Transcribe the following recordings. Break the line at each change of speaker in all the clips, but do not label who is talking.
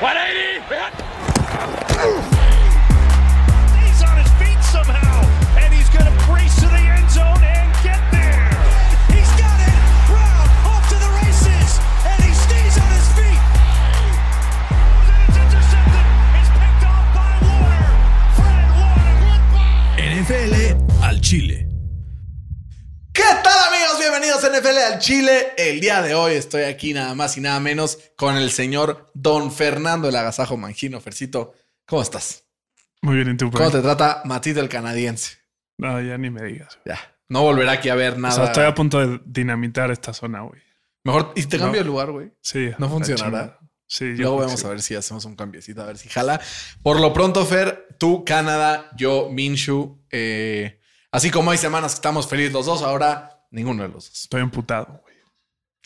180.
He's on his feet somehow, and he's going to race to the end zone and get there. He's got it. Brown off to the races, and he stays on his feet. And it's intercepted. It's picked off by Warner. Fred Warner.
NFL al Chile.
¿Qué tal amigos? Bienvenidos a NFL al Chile. El día de hoy estoy aquí nada más y nada menos con el señor Don Fernando el Agasajo Mangino. Fercito, ¿cómo estás?
Muy bien, ¿y tú?
¿Cómo
Frank?
te trata Matito el canadiense?
No, ya ni me digas.
Ya, no volverá aquí a ver
O
nada.
sea, estoy a punto de dinamitar esta zona, güey.
Mejor, y te
No.
cambio de lugar, güey.
Sí.
No
la
funcionará.
chingada. Sí, yo
Luego
creo que
vamos
sí.
a ver si hacemos un cambiecito, a ver si jala. Por lo pronto, Fer, tú, Canadá, yo, Minshu. eh, así como hay semanas que estamos felices los dos, ahora ninguno de los dos.
Estoy emputado, güey.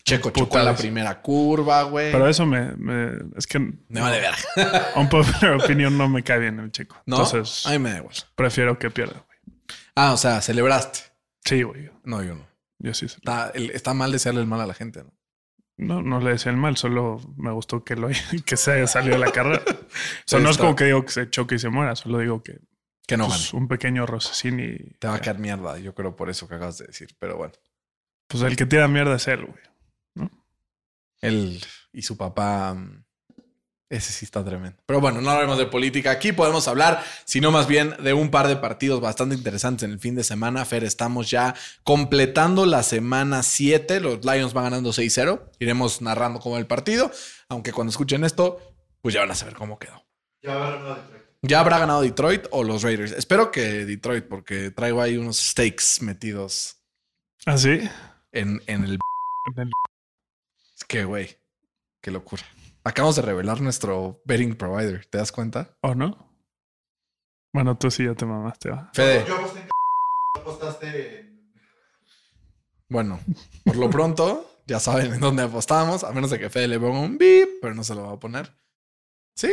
Checo chocó
Puta
la
vez.
primera curva, güey.
Pero eso me, me- Es que
Me vale verga.
unpopular opinion no me cae bien el chico.
No,
Entonces,
a mí me da igual.
prefiero que pierda, güey.
Ah, o sea, celebraste.
Sí, güey.
No, yo no.
Yo sí. se-
Está, el- está mal desearle el mal a la gente, ¿no?
No, no le decía el mal, solo me gustó que, lo, que se haya salido de la carrera. O sea, no es
Está-
como que digo que se choque y se muera, solo digo que
Que no
pues,
gane.
un pequeño rocecín y.
Te va a quedar mierda, yo creo por eso que acabas de decir. Pero bueno,
Pues el que tira mierda es él, güey.
él y su papá, mm, ese sí está tremendo. Pero bueno, no hablaremos de política aquí, podemos hablar, sino más bien de un par de partidos bastante interesantes en el fin de semana. Fer, estamos ya completando la semana 7, los Lions van ganando 6-0, iremos narrando cómo va el partido, aunque cuando escuchen esto, pues ya van a saber cómo quedó. Ya habrá ganado Detroit o los Raiders. Espero que Detroit, porque traigo ahí unos stakes metidos
¿Ah, sí?
en, en el. Es que, güey, qué locura. Acabamos de revelar nuestro betting provider. ¿Te das cuenta?
¿O no? Bueno, tú sí ya te mamaste, va.
Fede,
Yo aposté en c- apostaste en...
bueno, por lo pronto, ya saben en dónde apostamos, a menos de que Fede le ponga un beep, pero no se lo va a poner. ¿Sí?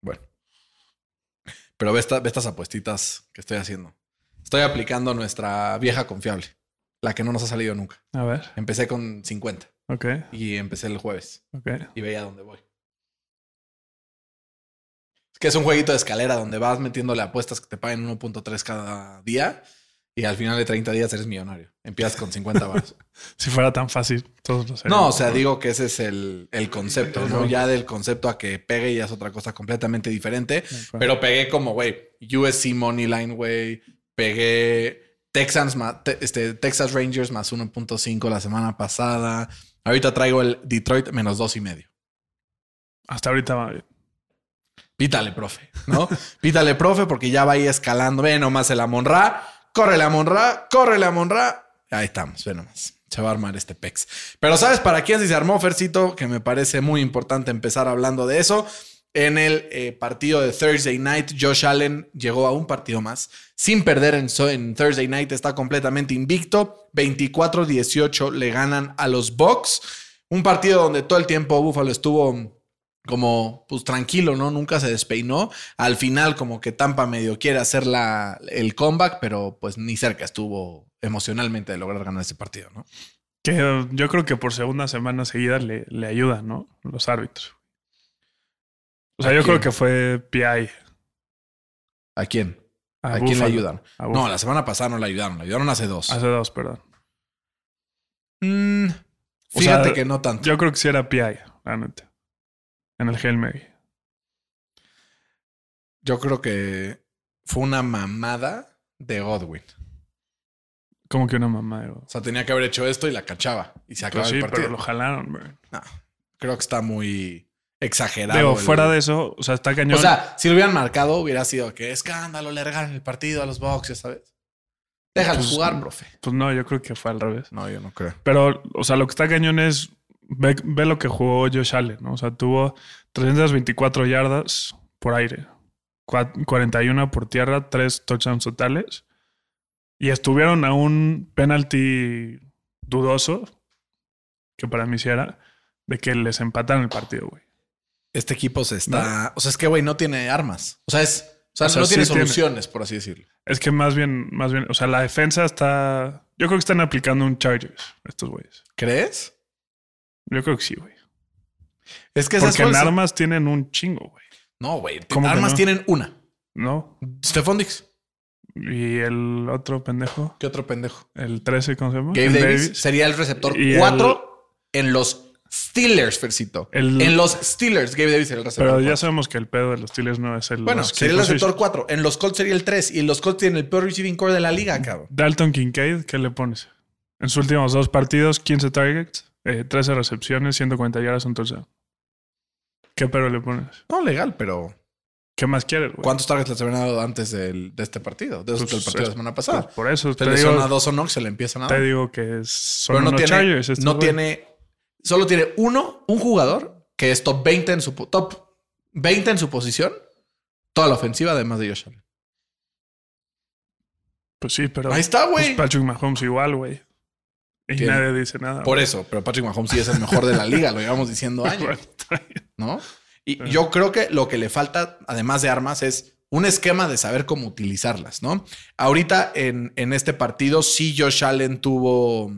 Bueno. Pero ve, esta- ve estas apuestitas que estoy haciendo. Estoy aplicando nuestra vieja confiable, la que no nos ha salido nunca.
A ver,
Empecé con 50.
ok,
y empecé el jueves
ok.
y veía dónde voy. Es que es un jueguito de escalera donde vas metiéndole apuestas que te paguen 1.3 cada día y al final de 30 días eres millonario. Empiezas con 50 baros.
Si fuera tan fácil, todos lo seríamos.
no, o sea, digo que ese es el, el concepto, ¿no? Ya del concepto a que pegue ya es otra cosa completamente diferente.
De acuerdo.
Pero pegué como, güey, USC Moneyline, güey. Pegué Texans, ma- te- este, Texas Rangers más 1.5 la semana pasada. Ahorita traigo el Detroit menos dos y medio.
Hasta ahorita va bien.
Pítale, profe, ¿no? Pítale, profe, porque ya va ahí escalando. Ve nomás el Amonra. Corre la Amonra, corre la Amonra. Ahí estamos, ve nomás. Se va a armar este pex. Pero ¿sabes para quién sí se armó, Fercito? Que me parece muy importante empezar hablando de eso. En el eh, partido de Thursday Night, Josh Allen llegó a un partido más sin perder en, so- en Thursday Night. Está completamente invicto. 24-18 le ganan a los Bucks. Un partido donde todo el tiempo Buffalo estuvo como pues tranquilo, ¿no? Nunca se despeinó. Al final como que Tampa medio quiere hacer la, el comeback, pero pues ni cerca estuvo emocionalmente de lograr ganar ese partido, ¿no?
Que eh, yo creo que por segunda semana seguida le, le ayudan, ¿no? Los árbitros. O sea,
¿A
yo
quién?
creo que fue PI.
¿A quién? ¿A,
¿A,
quién le
Buffalo.
ayudan?
A
No,
Buffalo.
la semana pasada no la ayudaron, la ayudaron hace dos.
Hace dos, perdón.
Mm,
O
fíjate
sea,
que no tanto.
Yo creo que sí era PI, realmente. En el Hail Mary.
Yo creo que fue una mamada de Godwin.
Como que una mamá. digo.
O sea, tenía que haber hecho esto y la cachaba y se acaba
Pues sí,
el partido.
pero lo jalaron, güey.
No, creo que está muy exagerado.
Digo,
el-
fuera de eso, o sea, está cañón.
O sea, si lo hubieran marcado, hubiera sido que escándalo, le regalan el partido a los boxes, ¿sabes? Déjalos
Pues,
jugar, profe.
pues no, yo creo que fue al revés.
No, yo no creo.
Pero, o sea, lo que está cañón es ve, ve lo que jugó Josh Allen, ¿no? O sea, tuvo 324 yardas por aire, cua- 41 por tierra, 3 touchdowns totales. Y estuvieron a un penalti dudoso, que para mí sí era, de que les empataron el partido, güey.
Este equipo se está. O sea, es que, güey, no tiene armas. O sea, es. O sea,
O sea,
no tiene
sí tiene.
soluciones, por así decirlo.
Es que más bien, más bien, o sea, la defensa está. Yo creo que están aplicando un Chargers, estos güeyes.
¿Crees?
Yo creo que sí, güey.
Es que esas
Porque en
fuerzas-
armas tienen un chingo, güey.
No, güey.
¿Cómo que
Armas
no?
tienen una.
¿No?
Stephon Dix.
Y el otro pendejo,
¿Qué otro pendejo?
el 13, ¿cómo se llama?
Gabe
El
Davis, sería el receptor
Y el-
4 en los Steelers, Fercito.
El-
En los Steelers, Gabe Davis era el receptor.
Pero ya
cuatro.
sabemos que el pedo de los Steelers no es el.
Bueno,
los
sería el
kickers.
receptor 4. En los Colts sería el 3. Y los Colts tienen el peor receiving core de la liga, cabrón.
Dalton Kincaid, ¿qué le pones? En sus últimos dos partidos, 15 targets, eh, 13 recepciones, 140 yardas, un touchdown. ¿Qué pero le pones?
No, legal, pero.
¿Qué más quieres, güey?
¿Cuántos targets les habían dado antes del- de este partido? De esos del
Pues,
partido de la
es-
semana
Pues
pasada.
por eso
Se
te
lesiona a
digo,
dos o no, se le empiezan a
te
dar.
digo que es- son
Pero no
unos
tiene,
Chargers estos,
no
güey.
tiene, solo tiene uno, un jugador que es top 20 en su po- top 20 en su posición, toda la ofensiva, además de Josh Allen.
Pues sí, pero
Ahí está,
pues,
güey.
Patrick Mahomes igual, güey. Y
Tiene-
nadie dice nada.
Por eso, pero Patrick Mahomes sí es el mejor de la liga, lo llevamos diciendo
güey.
años, ¿no? Y
Sí.
yo creo que lo que le falta, además de armas, es un esquema de saber cómo utilizarlas, ¿no? Ahorita en, en este partido, sí Josh Allen tuvo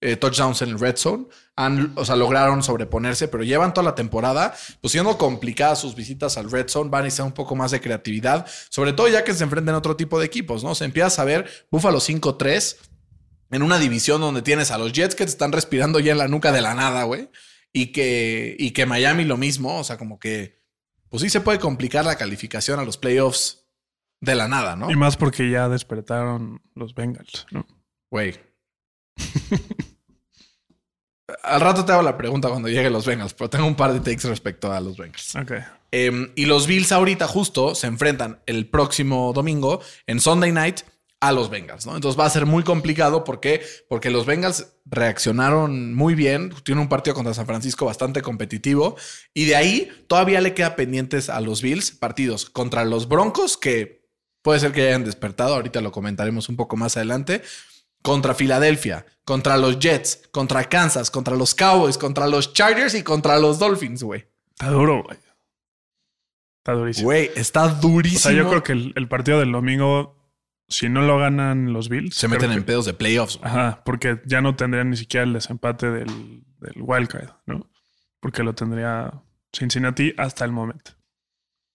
eh, touchdowns en el red zone. Han- o sea, lograron sobreponerse, pero llevan toda la temporada, pues siendo complicadas sus visitas al red zone, van a necesitar un poco más de creatividad, sobre todo ya que se enfrentan a otro tipo de equipos, ¿no? Se empieza a ver Buffalo 5-3 en una división donde tienes a los Jets que te están respirando ya en la nuca de la nada, güey, y que, y que Miami lo mismo, o sea, como que, pues sí se puede complicar la calificación a los playoffs de la nada, ¿no?
Y más porque ya despertaron los Bengals, ¿no?
Güey. Al rato te hago la pregunta cuando llegue los Bengals, pero tengo un par de takes respecto a los Bengals.
Ok.
Em, y los Bills ahorita justo se enfrentan el próximo domingo en Sunday Night a los Bengals, ¿no? Entonces va a ser muy complicado porque porque los Bengals reaccionaron muy bien, tiene un partido contra San Francisco bastante competitivo y de ahí todavía le queda pendientes a los Bills partidos contra los Broncos que puede ser que hayan despertado, ahorita lo comentaremos un poco más adelante, contra Filadelfia, contra los Jets, contra Kansas, contra los Cowboys, contra los Chargers y contra los Dolphins, güey.
Está duro, güey. Está durísimo.
Güey, está durísimo.
o sea, yo creo que el, el partido del domingo, si no lo ganan los Bills,
se
creo
meten
que-
en pedos de playoffs. güey.
Ajá, porque ya no tendrían ni siquiera el desempate del, del wildcard, ¿no? Porque lo tendría Cincinnati hasta el momento.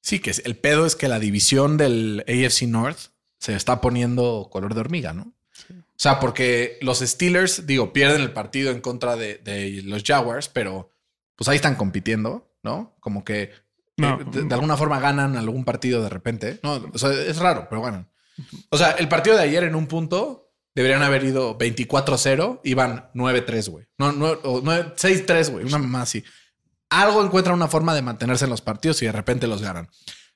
Sí, que es- el pedo es que la división del AFC North se está poniendo color de hormiga, ¿no? O sea, porque los Steelers, digo, pierden el partido en contra de, de los Jaguars, pero pues ahí están compitiendo, ¿no? Como que
No,
eh, de, de alguna forma ganan algún partido de repente. No, o sea, es raro, pero ganan. O sea, el partido de ayer en un punto deberían haber ido 24-0, iban 9-3, güey. No, no, o nueve- 6-3, güey, una mamá así. Algo encuentra una forma de mantenerse en los partidos y de repente los ganan.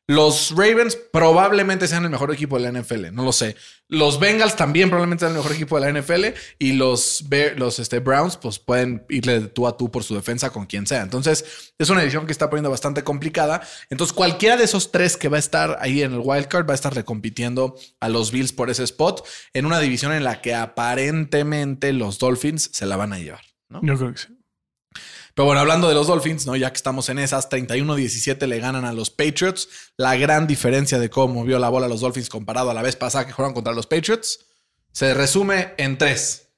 Los Ravens probablemente sean el mejor equipo de la NFL, no lo sé. Los Bengals también probablemente sean el mejor equipo de la NFL y los, Be- los este, Browns pues pueden irle de tú a tú por su defensa con quien sea. Entonces es una división que está poniendo bastante complicada. Entonces cualquiera de esos tres que va a estar ahí en el wildcard va a estar recompitiendo a los Bills por ese spot en una división en la que aparentemente los Dolphins se la van a llevar. ¿no?
yo creo que sí.
Pero bueno, hablando de los Dolphins, ¿no? Ya que estamos en esas, 31-17 le ganan a los Patriots. La gran diferencia de cómo movió la bola a los Dolphins comparado a la vez pasada que jugaron contra los Patriots se resume en tres.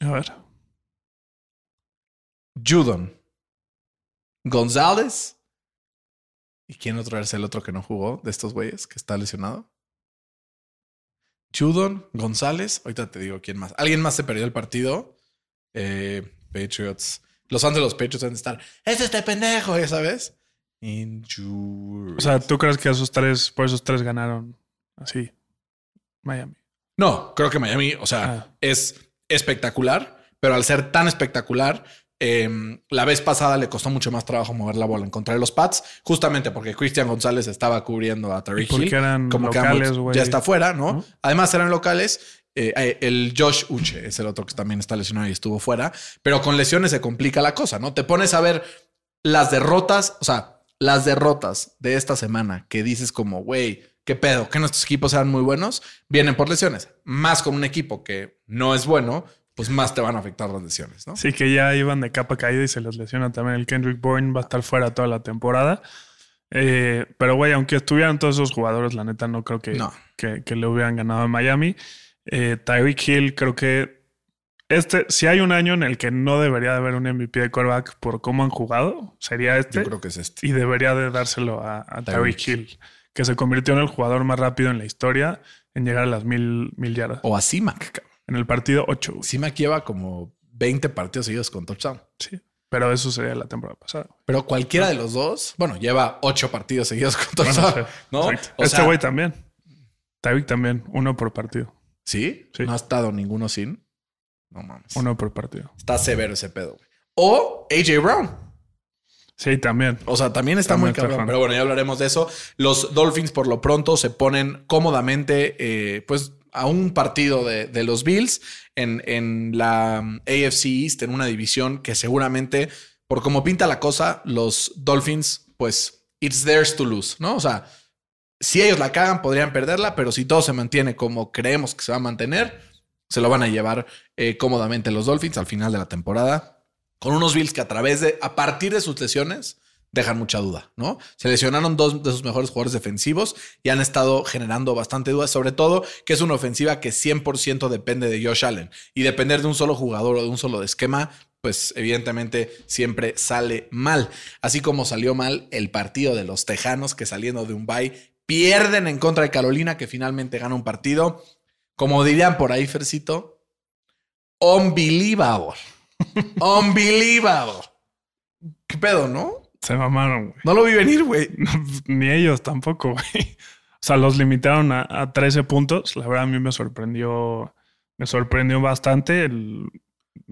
A ver.
Judon, González. ¿Y quién otro es el otro que no jugó de estos güeyes que está lesionado? Judon, González. Ahorita te digo quién más. Alguien más se perdió el partido. Eh, Patriots. Los fans de los Patriots deben estar. Es este pendejo, ya sabes. Injury.
O sea, ¿tú crees que esos tres, por esos tres ganaron así? Miami.
No, creo que Miami, o sea,
Ah.
es espectacular, pero al ser tan espectacular, em, la vez pasada le costó mucho más trabajo mover la bola en contra de los Pats, justamente porque Cristian González estaba cubriendo a Terry
Y porque eran locales, güey.
ya está fuera, ¿no?
¿No?
Además eran locales. Eh, eh, el Josh Uche es el otro que también está lesionado y estuvo fuera, pero con lesiones se complica la cosa, ¿no? Te pones a ver las derrotas, o sea, las derrotas de esta semana que dices como, güey, qué pedo, que nuestros equipos sean muy buenos, vienen por lesiones. Más con un equipo que no es bueno, pues más te van a afectar las lesiones, ¿no?
Sí, que ya iban de capa caída y se les lesiona también. El Kendrick Bourne va a estar fuera toda la temporada. Eh, pero, güey, aunque estuvieran todos esos jugadores, la neta no creo que,
No.
que, que le hubieran ganado a Miami. Eh, Tyreek Hill creo que este, si hay un año en el que no debería de haber un MVP de quarterback por cómo han jugado, sería
Yo
este.
creo que es este.
Y debería de dárselo a, a
Tyreek.
Tyreek Hill, que se convirtió en el jugador más rápido en la historia en llegar a las mil, mil yardas.
O a Simac, cabrón.
En el partido 8, güey.
Simac lleva como 20 partidos seguidos con touchdown.
Sí. Pero eso sería la temporada pasada. güey.
Pero cualquiera de los dos, bueno, lleva 8 partidos seguidos con
Ah. Bueno,
touchdown.
sí,
¿No? O
exacto. este
sea,
güey también. Tyreek también. Uno por partido.
¿Sí?
Sí.
No ha estado ninguno sin. No mames.
Uno por partido.
Está severo ese pedo, güey. O AJ Brown.
Sí, también.
O sea, también está
También
muy
está
cabrón.
fan.
Pero bueno, ya hablaremos de eso. Los Dolphins, por lo pronto, se ponen cómodamente, eh, pues, a un partido de, de los Bills en, en la mm, AFC East, en una división que seguramente, por como pinta la cosa, los Dolphins, pues, it's theirs to lose, ¿no? O sea, si ellos la cagan, podrían perderla, pero si todo se mantiene como creemos que se va a mantener, se lo van a llevar eh, cómodamente los Dolphins al final de la temporada. Con unos Bills que a través de, a partir de sus lesiones, dejan mucha duda, ¿no? Se lesionaron dos de sus mejores jugadores defensivos y han estado generando bastante dudas, sobre todo que es una ofensiva que 100% depende de Josh Allen y depender de un solo jugador o de un solo esquema, pues evidentemente siempre sale mal, así como salió mal el partido de los Tejanos que saliendo de un bye pierden en contra de Carolina que finalmente gana un partido, como dirían por ahí Fercito, unbelievable. unbelievable. ¿Qué pedo, no?
Se mamaron, güey.
No lo vi venir, güey.
Ni ellos tampoco, güey. O sea, los limitaron a, a 13 puntos. La verdad, a mí me sorprendió. Me sorprendió bastante. El,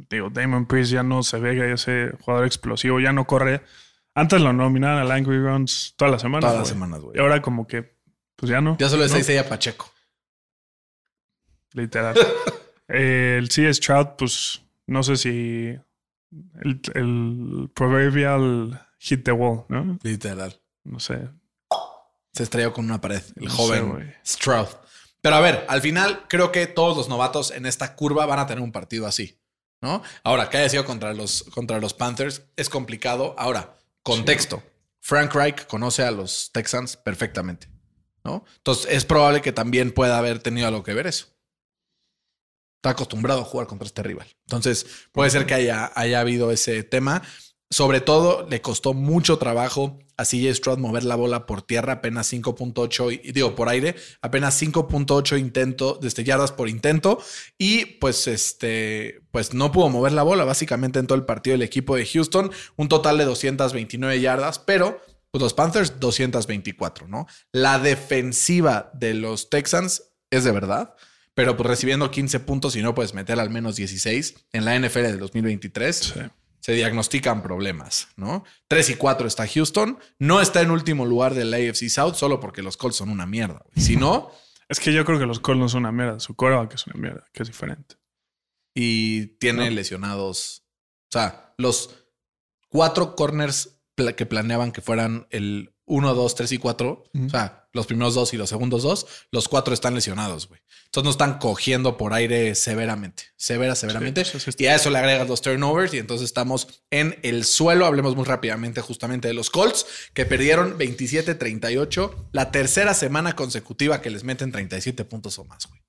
digo, Damon Priest ya no se ve ese jugador explosivo, ya no corre. Antes lo nominaban a Angry Rounds todas las semanas.
Todas las
güey.
semanas,
Y
güey.
ahora, como que, pues ya no.
Ya solo es
¿no?
6 ella Pacheco.
Literal. Eh, el C.S. Stroud, pues no sé si el, el proverbial hit the wall, ¿no?
Literal.
No sé.
Se estrelló con una pared, el
No sé,
joven
güey.
Stroud. Pero a ver, al final creo que todos los novatos en esta curva van a tener un partido así, ¿no? Ahora, que haya sido contra los, contra los Panthers es complicado. Ahora, contexto. Frank Reich conoce a los Texans perfectamente, ¿no? Entonces es probable que también pueda haber tenido algo que ver eso. Está acostumbrado a jugar contra este rival. Entonces puede ser que haya, haya habido ese tema. Sobre todo, le costó mucho trabajo a CJ Stroud mover la bola por tierra, apenas 5.8, y- digo, por aire, apenas 5.8 intento, desde yardas por intento. Y pues este, pues no pudo mover la bola básicamente en todo el partido del equipo de Houston, un total de 229 yardas, pero pues los Panthers 224, ¿no? La defensiva de los Texans es de verdad, pero pues recibiendo 15 puntos y no puedes meter al menos 16 en la NFL del 2023
Sí.
se diagnostican problemas, ¿no? 3 y 4 está Houston, no está en último lugar del AFC South solo porque los Colts son una mierda. güey. Si no,
Es que yo creo que los Colts no son una mierda. Su que es una mierda, que es diferente.
y tiene
No.
lesionados, o sea, los cuatro corners pla- que planeaban que fueran el 1, 2, 3 y 4,
Ujú.
o sea, los primeros dos y los segundos dos, los cuatro están lesionados, güey. Entonces no están cogiendo por aire severamente, severa, severamente.
Sí, sí, sí.
Y a eso le agregas los turnovers y entonces estamos en el suelo. Hablemos muy rápidamente justamente de los Colts que perdieron 27-38, la tercera semana consecutiva que les meten 37 puntos o más, güey.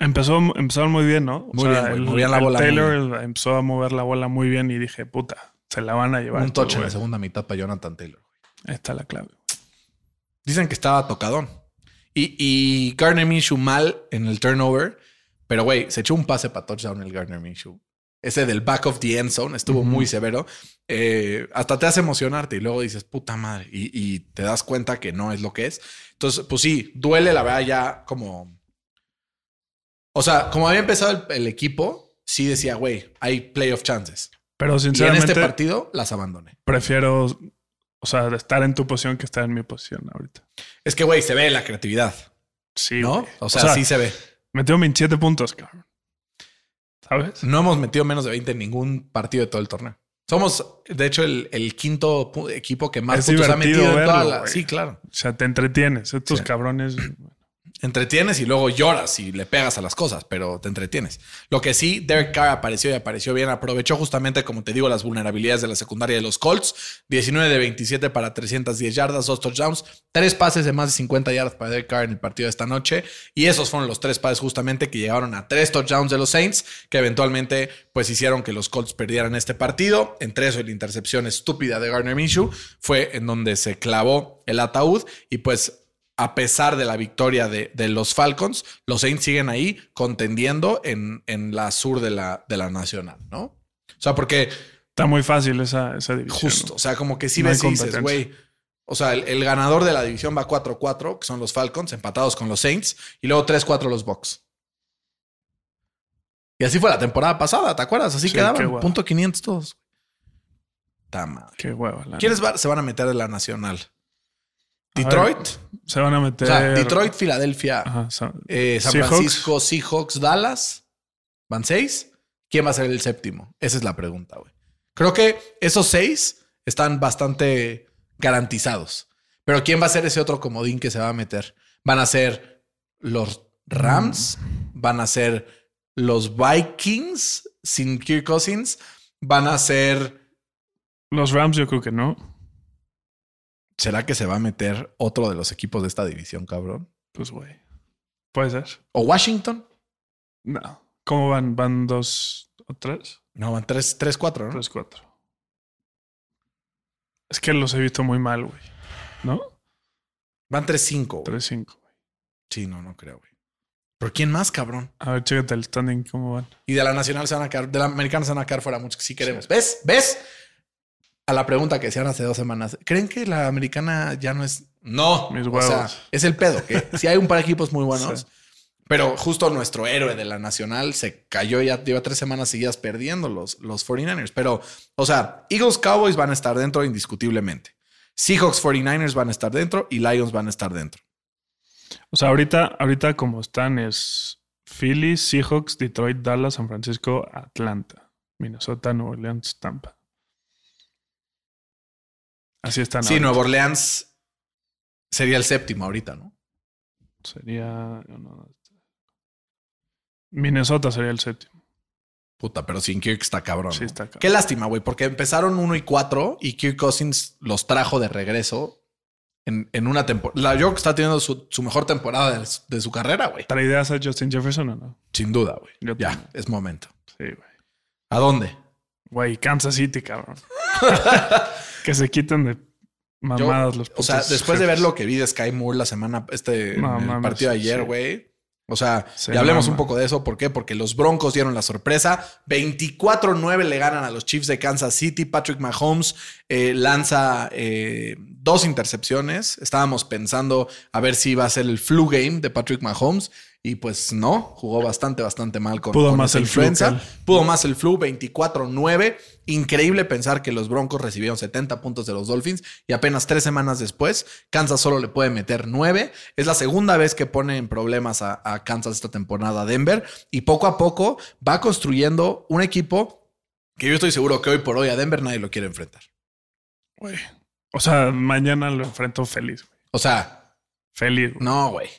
Empezó, empezaron muy bien, ¿no? O
Muy bien, güey. Movían la bola muy
Taylor empezó a mover la bola muy bien y dije, puta, se la van a llevar.
Un toche en la
güey.
segunda mitad para Jonathan Taylor.
Ahí está la clave.
Dicen que estaba tocadón. Y, y Gardner Minshew mal en el turnover. Pero, güey, se echó un pase para touchdown el Gardner Minshew. Ese del back of the end zone estuvo muy severo. Eh, hasta te hace emocionarte y luego dices, puta madre. Y, y te das cuenta que no es lo que es. Entonces, pues sí, duele la verdad ya como... O sea, como había empezado el, el equipo, sí decía, güey, hay playoff chances.
Pero
Y en
sinceramente,
este partido las abandoné.
prefiero, o sea, estar en tu posición que estar en mi posición ahorita.
Es que, güey, se ve la creatividad,
Sí,
¿no?
güey.
O sea, sí se ve.
Metió 27 puntos, cabrón. ¿Sabes?
No hemos metido menos de 20 en ningún partido de todo el torneo. Somos, de hecho, el, el quinto pu- equipo que más
Es
puntos ha
divertido
metido en toda
verlo,
la-
güey.
Sí, claro.
O sea, te entretienes. Estos
Sí.
cabrones.
entretienes y luego lloras y le pegas a las cosas, pero te entretienes. Lo que sí, Derek Carr apareció y apareció bien. Aprovechó justamente, como te digo, las vulnerabilidades de la secundaria de los Colts. 19 de 27 para 310 yardas, dos touchdowns, tres pases de más de 50 yardas para Derek Carr en el partido de esta noche. Y esos fueron los tres pases justamente que llegaron a tres touchdowns de los Saints, que eventualmente pues hicieron que los Colts perdieran este partido. Entre eso y la intercepción estúpida de Garner Minshew fue en donde se clavó el ataúd y pues a pesar de la victoria de, de los Falcons, los Saints siguen ahí contendiendo en, en la sur de la, de la nacional, ¿no? O sea, porque
Está muy fácil esa, esa división.
justo,
¿no?
o sea, como que sí
No
ves
hay
y dices,
competencia.
güey, o sea, el, el ganador de la división va 4-4, que son los Falcons, empatados con los Saints, y luego 3-4 los Bucks. Y así fue la temporada pasada, ¿te acuerdas? Así
Sí, qué
quedaban,
guay.
punto 500 todos. Ta madre.
Qué hueva. la
¿Quiénes va- se van a meter de la nacional?
ver.
Detroit,
neta. Se van a
o
meter.
sea, Detroit, Filadelfia,
Ajá, o sea,
eh, San
Seahawks.
Francisco, Seahawks, Dallas. Van seis. ¿Quién va a ser el séptimo? Esa es la pregunta, güey. Creo que esos seis están bastante garantizados. Pero ¿quién va a ser ese otro comodín que se va a meter? ¿Van a ser los Rams? ¿Van a ser los Vikings sin Kirk Cousins? ¿Van a ser...
los Rams, yo creo que no.
¿Será que se va a meter otro de los equipos de esta división, cabrón?
Pues, güey. Puede ser.
¿O Washington?
No. ¿Cómo van? ¿Van dos o tres?
No, van tres, tres, cuatro, ¿no?
Tres, cuatro. Es que los he visto muy mal, güey. ¿No?
Van tres, cinco. güey.
Tres, cinco. güey.
Sí, no, no creo, güey. ¿Pero quién más, cabrón?
A ver, chécate el standing, ¿cómo van?
Y de la nacional se van a quedar, de la americana se van a quedar fuera muchos que sí queremos. ¿Ves? ¿Ves? A la pregunta que hacían hace dos semanas, ¿creen que la americana ya no es? No,
Mis
O sea,
huevos.
es el pedo, que si hay un par de equipos muy buenos,
Sí.
pero justo nuestro héroe de la nacional se cayó ya, lleva tres semanas seguidas perdiendo los, los 49ers. Pero, o sea, Eagles Cowboys van a estar dentro indiscutiblemente. Seahawks 49ers van a estar dentro y Lions van a estar dentro.
O sea, ahorita, ahorita como están es Philly, Seahawks, Detroit, Dallas, San Francisco, Atlanta, Minnesota, Nueva Orleans, Tampa. Así están.
Sí,
ahorita.
Nueva Orleans sería el séptimo ahorita, ¿no?
Sería. uno, dos, tres. Minnesota sería el séptimo.
Puta, pero sin Kirk está cabrón.
Sí,
¿no?
está cabrón.
Qué lástima, güey, porque empezaron 1 y 4 y Kirk Cousins los trajo de regreso en, en una temporada. Yo creo que está teniendo su, su mejor temporada de, su- de su carrera, güey.
¿Trae ideas a Justin Jefferson o no?
Sin duda, güey.
Yo
Ya,
también.
es momento.
Sí, güey.
¿A dónde?
Güey, Kansas City, cabrón. que se quiten de mamadas los
O sea,
putos
después de ver
jefes.
lo que vi de Sky Moore la semana, este en
No
el
mames,
partido de ayer,
sí.
güey. O sea,
Se
ya hablemos
mama.
un poco de eso. ¿Por qué? Porque los Broncos dieron la sorpresa. 24-9 le ganan a los Chiefs de Kansas City. Patrick Mahomes eh, lanza eh, dos intercepciones. Estábamos pensando a ver si iba a ser el flu game de Patrick Mahomes. Y pues no, jugó bastante, bastante mal con,
Pudo
con
más
esa
el flu que
influenza.
el-
Pudo más el flu, 24-9. Increíble pensar que los Broncos recibieron 70 puntos de los Dolphins y apenas tres semanas después, Kansas solo le puede meter 9. Es la segunda vez que pone en problemas a, a Kansas esta temporada Denver y poco a poco va construyendo un equipo que yo estoy seguro que hoy por hoy a Denver nadie lo quiere enfrentar.
Güey. O sea, mañana lo enfrento feliz. güey.
O sea,
Feliz, güey.
no, güey.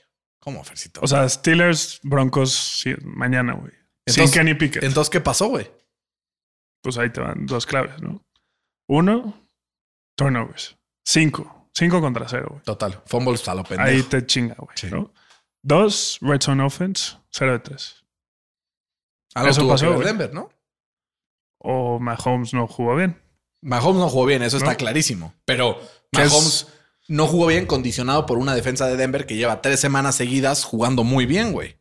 ¿Cómo, Fercito?
O sea, Steelers, Broncos, sí, mañana, güey. Sin
Entonces-
Kenny Pickett.
Entonces, ¿qué pasó, güey?
pues ahí te van dos claves, ¿no? Uno, turnovers. Cinco. Cinco contra cero, güey.
Total, fumbles a lo pendejo.
Ahí te chinga, güey.
Sí.
¿no? Dos, red zone offense, cero de tres.
Algo
eso
Ah, tuvo
pasó,
que ver
güey.
Denver, ¿no?
O Mahomes no jugó bien.
Mahomes no jugó bien, eso está
No.
clarísimo. Pero
Que es-
Mahomes no jugó bien condicionado por una defensa de Denver que lleva tres semanas seguidas jugando muy bien, güey.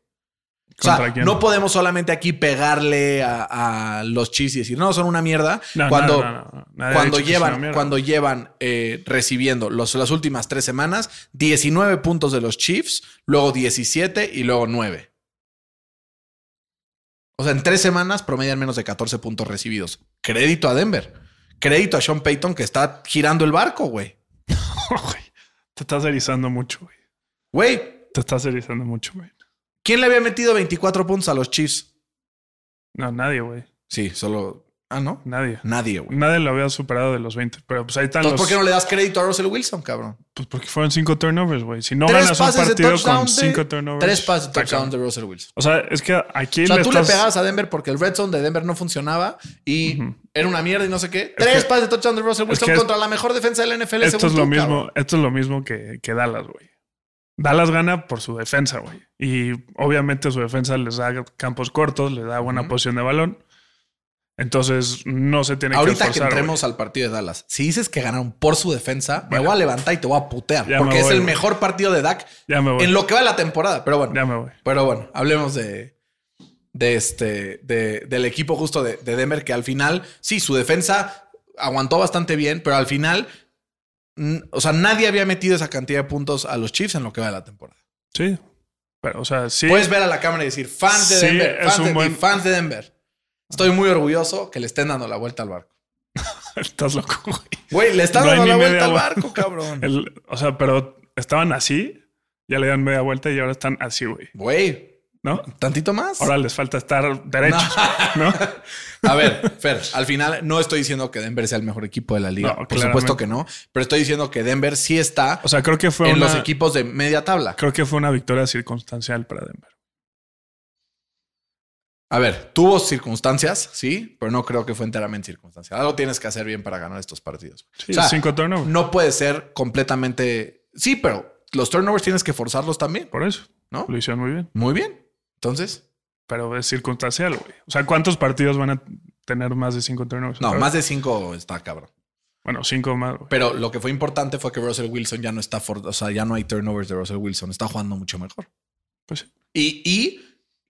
O sea,
¿Contra quién?
no podemos solamente aquí pegarle a, a los Chiefs y decir, no, son una mierda.
No,
cuando
no, no, no, no. Nadie ha
cuando
dicho que es una
llevan,
mierda.
cuando llevan eh, recibiendo los, las últimas tres semanas, 19 puntos de los Chiefs, luego 17 y luego 9. O sea, en tres semanas promedian menos de 14 puntos recibidos. Crédito a Denver. Crédito a Sean Payton que está girando el barco, güey.
Güey, te estás erizando mucho, güey.
Güey,
Te estás erizando mucho, güey.
¿quién le había metido 24 puntos a los Chiefs?
No, nadie, güey.
Sí, solo Ah, ¿no?
Nadie.
Nadie, güey.
Nadie lo había superado de los 20. Pero pues ahí están
Entonces,
los.
¿por qué no le das crédito a Russell Wilson, cabrón?
Pues porque fueron cinco turnovers, güey. Si no
tres
ganas un
pases de
partido
touchdown.
con
de-
cinco turnovers.
tres pases de
está
touchdown
cabrón.
de Russell Wilson.
O sea, es que aquí
O sea,
le
tú
estás-
le pegabas a Denver porque el red zone de Denver no funcionaba y era una mierda y no sé qué.
Es
Tres
que-
pases de touchdown de Russell Wilson
que es-
contra la mejor defensa del NFL.
Esto
según
es lo
tú, cabrón.
mismo, esto es lo mismo que, que Dallas, güey. Dallas gana por su defensa, güey. Y obviamente su defensa les da campos cortos, les da buena
Ujú.
posición de balón. Entonces no se tiene que
Ahorita que,
esforzar.
entremos al partido de Dallas, si dices que ganaron por su defensa, me voy a levantar y te voy a putear
Ya
porque
me
es
voy,
el
güey.
mejor partido de Dak
güey. Ya me voy.
en lo que va la temporada. Pero bueno,
Ya me voy.
pero bueno, hablemos de, de este, de- del equipo justo de, de Denver que al final, sí, su defensa aguantó bastante bien, pero al final, mm, o sea, nadie había metido esa cantidad de puntos a los Chiefs en lo que va de la temporada.
Sí. Pero, o sea, sí.
Puedes ver a la cámara y decir, fans de
Sí,
Denver,
es
fans
un
de,
buen-
fans de Denver. Estoy muy orgulloso que le estén dando la vuelta al barco.
estás loco, güey.
Güey, le están
No hay
dando
ni
la vuelta
media
al
vuelta.
barco, cabrón.
El- o sea, pero estaban así, ya le dan media vuelta y ahora están así, güey.
Güey,
¿No?
tantito más.
Ahora les falta estar derechos, ¿no?
A ver, Fer, al final no estoy diciendo que Denver sea el mejor equipo de la liga.
No,
por
claramente.
supuesto que no, pero estoy diciendo que Denver sí está
O sea, creo que fue
en
una,
los equipos de media tabla.
creo que fue una victoria circunstancial para Denver.
A ver, tuvo circunstancias, sí, pero no creo que fue enteramente circunstancial. Algo tienes que hacer bien para ganar estos partidos.
Sí,
O sea,
cinco turnovers.
No puede ser completamente. Sí, pero los turnovers tienes que forzarlos también,
Por eso.
¿no?
Lo hicieron muy bien.
Muy bien. Entonces,
Pero es circunstancial, güey. O sea, ¿cuántos partidos van a tener más de cinco turnovers?
no,
Pero-
más de cinco está cabrón.
Bueno, cinco más, güey.
Pero lo que fue importante fue que Russell Wilson ya no está, for- o sea, ya no hay turnovers de Russell Wilson, está jugando mucho mejor.
Pues sí.
Y, y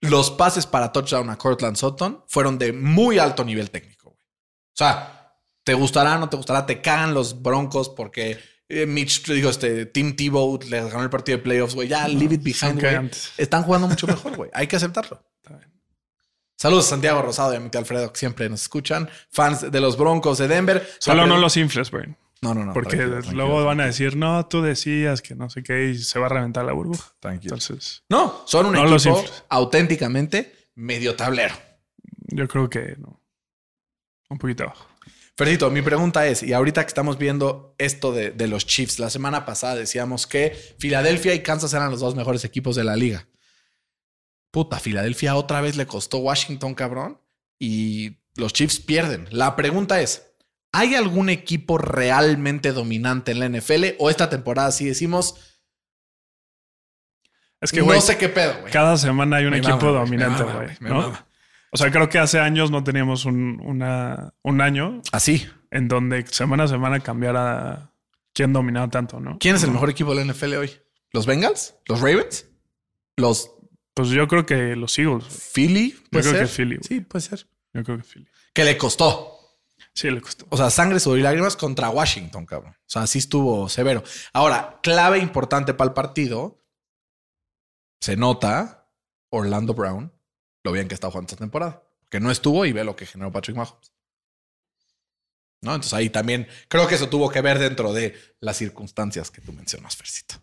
los pases para touchdown a Cortland Sutton fueron de muy alto nivel técnico. güey. O sea, te gustará, no te gustará, te cagan los broncos porque eh, Mitch, digo, este Tim Tebow les ganó el partido de playoffs, güey. Ya, leave it behind,
Son
güey.
cagantes.
Están jugando mucho mejor, güey. Hay que aceptarlo.
Está bien.
Saludos a Santiago Rosado y a mi tío Alfredo, que siempre nos escuchan. Fans de los Broncos de Denver.
Solo
Siempre-
no los infles, güey.
No, no, no.
Porque
tranquilo,
luego
tranquilo,
van a decir, no, tú decías que no sé qué y se va a reventar la burbuja.
Tranquilo.
Entonces,
No, son un
No los
equipo
infles.
auténticamente medio tablero.
yo creo que no. Un poquito abajo.
Fercito, mi pregunta es, y ahorita que estamos viendo esto de, de los Chiefs, la semana pasada decíamos que Filadelfia y Kansas eran los dos mejores equipos de la liga. Puta, Filadelfia otra vez le costó Washington, cabrón, y los Chiefs pierden. La pregunta es, ¿hay algún equipo realmente dominante en la NFL o esta temporada sí decimos,
Es que,
no
güey,
sé qué pedo, güey?
cada semana hay un
Me
equipo
mama, güey,
dominante,
me mama,
güey.
me
¿no?
mama.
O sea, creo que hace años no teníamos un, una, un año
Así.
en donde semana a semana cambiara quién dominaba tanto, ¿no?
¿Quién es el mejor equipo de la NFL hoy? ¿Los Bengals? ¿Los Ravens? ¿Los
Pues yo creo que los Eagles. güey.
Philly? ¿Puede
creo
ser?
que Philly, güey.
Sí, puede ser.
Yo creo que Philly.
Que le costó.
Sí, le costó.
O sea, sangre, sudor y lágrimas contra Washington, cabrón. O sea, sí estuvo severo. Ahora, clave importante para el partido. Se nota Orlando Brown lo bien que está jugando esta temporada. Que no estuvo y ve lo que generó Patrick Mahomes. ¿No? Entonces ahí también creo que eso tuvo que ver dentro de las circunstancias que tú mencionas, Fercito.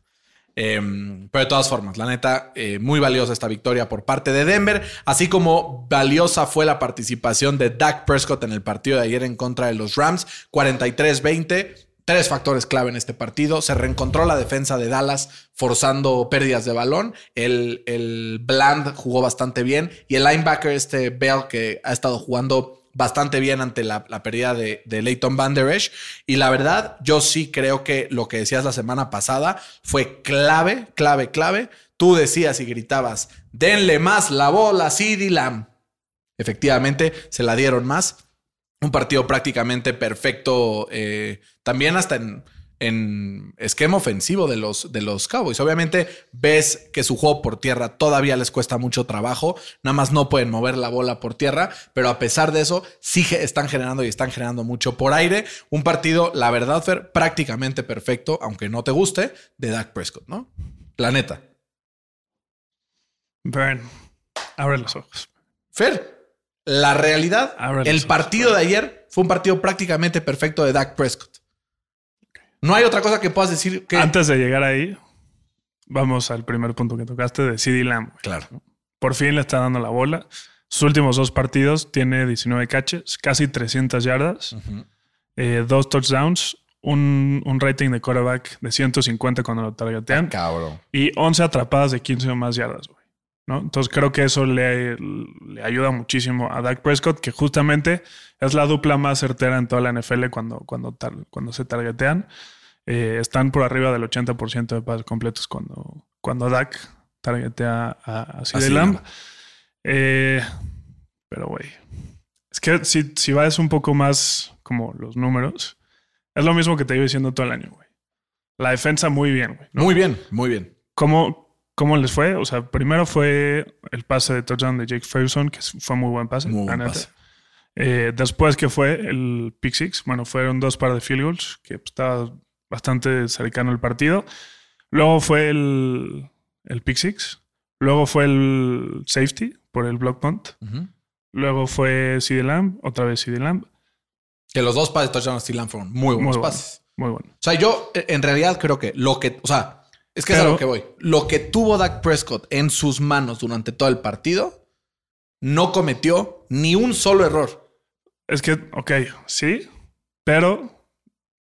Em, pero de todas formas, la neta, eh, muy valiosa esta victoria por parte de Denver, así como valiosa fue la participación de Dak Prescott en el partido de ayer en contra de los Rams, 43-20. Tres factores clave en este partido. Se reencontró la defensa de Dallas forzando pérdidas de balón. El, el Bland jugó bastante bien. Y el linebacker, este Bell, que ha estado jugando bastante bien ante la, la pérdida de, de Leighton Van Der Esch. Y la verdad, yo sí creo que lo que decías la semana pasada fue clave, clave, clave. Tú decías y gritabas, denle más la bola, CD Lamb. Efectivamente, se la dieron más. Un partido prácticamente perfecto, eh, también hasta en, en esquema ofensivo de los, de los Cowboys. Obviamente ves que su juego por tierra todavía les cuesta mucho trabajo, nada más no pueden mover la bola por tierra, pero a pesar de eso, sí ge- están generando y están generando mucho por aire. Un partido, la verdad, Fer, prácticamente perfecto, aunque no te guste, de Dak Prescott, ¿no? La neta.
Burn. Abre los ojos.
Fer, la realidad,
Abre los
el
ojos,
partido de ayer fue un partido prácticamente perfecto de Dak Prescott. No hay otra cosa que puedas decir que.
Antes de llegar ahí, vamos al primer punto que tocaste de CD Lamb. güey.
Claro.
Por fin le está dando la bola. Sus últimos dos partidos tiene 19 catches, casi 300 yardas,
Ujú.
eh, dos touchdowns, un, un rating de quarterback de 150 cuando lo targetean
Cabrón.
y 11 atrapadas de 15 o más yardas, güey. ¿No? Entonces creo que eso le, le ayuda muchísimo a Dak Prescott, que justamente es la dupla más certera en toda la NFL cuando, cuando, tar- cuando se targetean. Eh, están por arriba del 80% de pases completos cuando, cuando Dak targetea a, a CeeDee
Así
Lamb.
es.
Eh, pero, güey, es que si, si vas un poco más como los números, es lo mismo que te iba diciendo todo el año, güey. La defensa muy bien, güey. ¿no?
Muy bien, muy bien.
¿Cómo, ¿Cómo les fue? O sea, primero fue el pase de touchdown de Jake Ferguson, que fue muy buen pase.
Muy
la
buen
neta.
pase.
Eh, después que fue el pick six, bueno, fueron dos par de field goals, que pues, estaba bastante cercano el partido. Luego fue el, el pick six. Luego fue el safety por el block punt.
Ujú.
Luego fue CD Lamb, otra vez CD Lamb.
Que los dos pases de touchdown a Steel Lamb fueron muy buenos
Muy bueno.
pases.
Muy bueno.
O sea, yo eh, en realidad creo que lo que, o sea, es que es
Pero-
a lo que voy. Lo que tuvo Dak Prescott en sus manos durante todo el partido, no cometió ni un solo error.
Es que, ok, sí, pero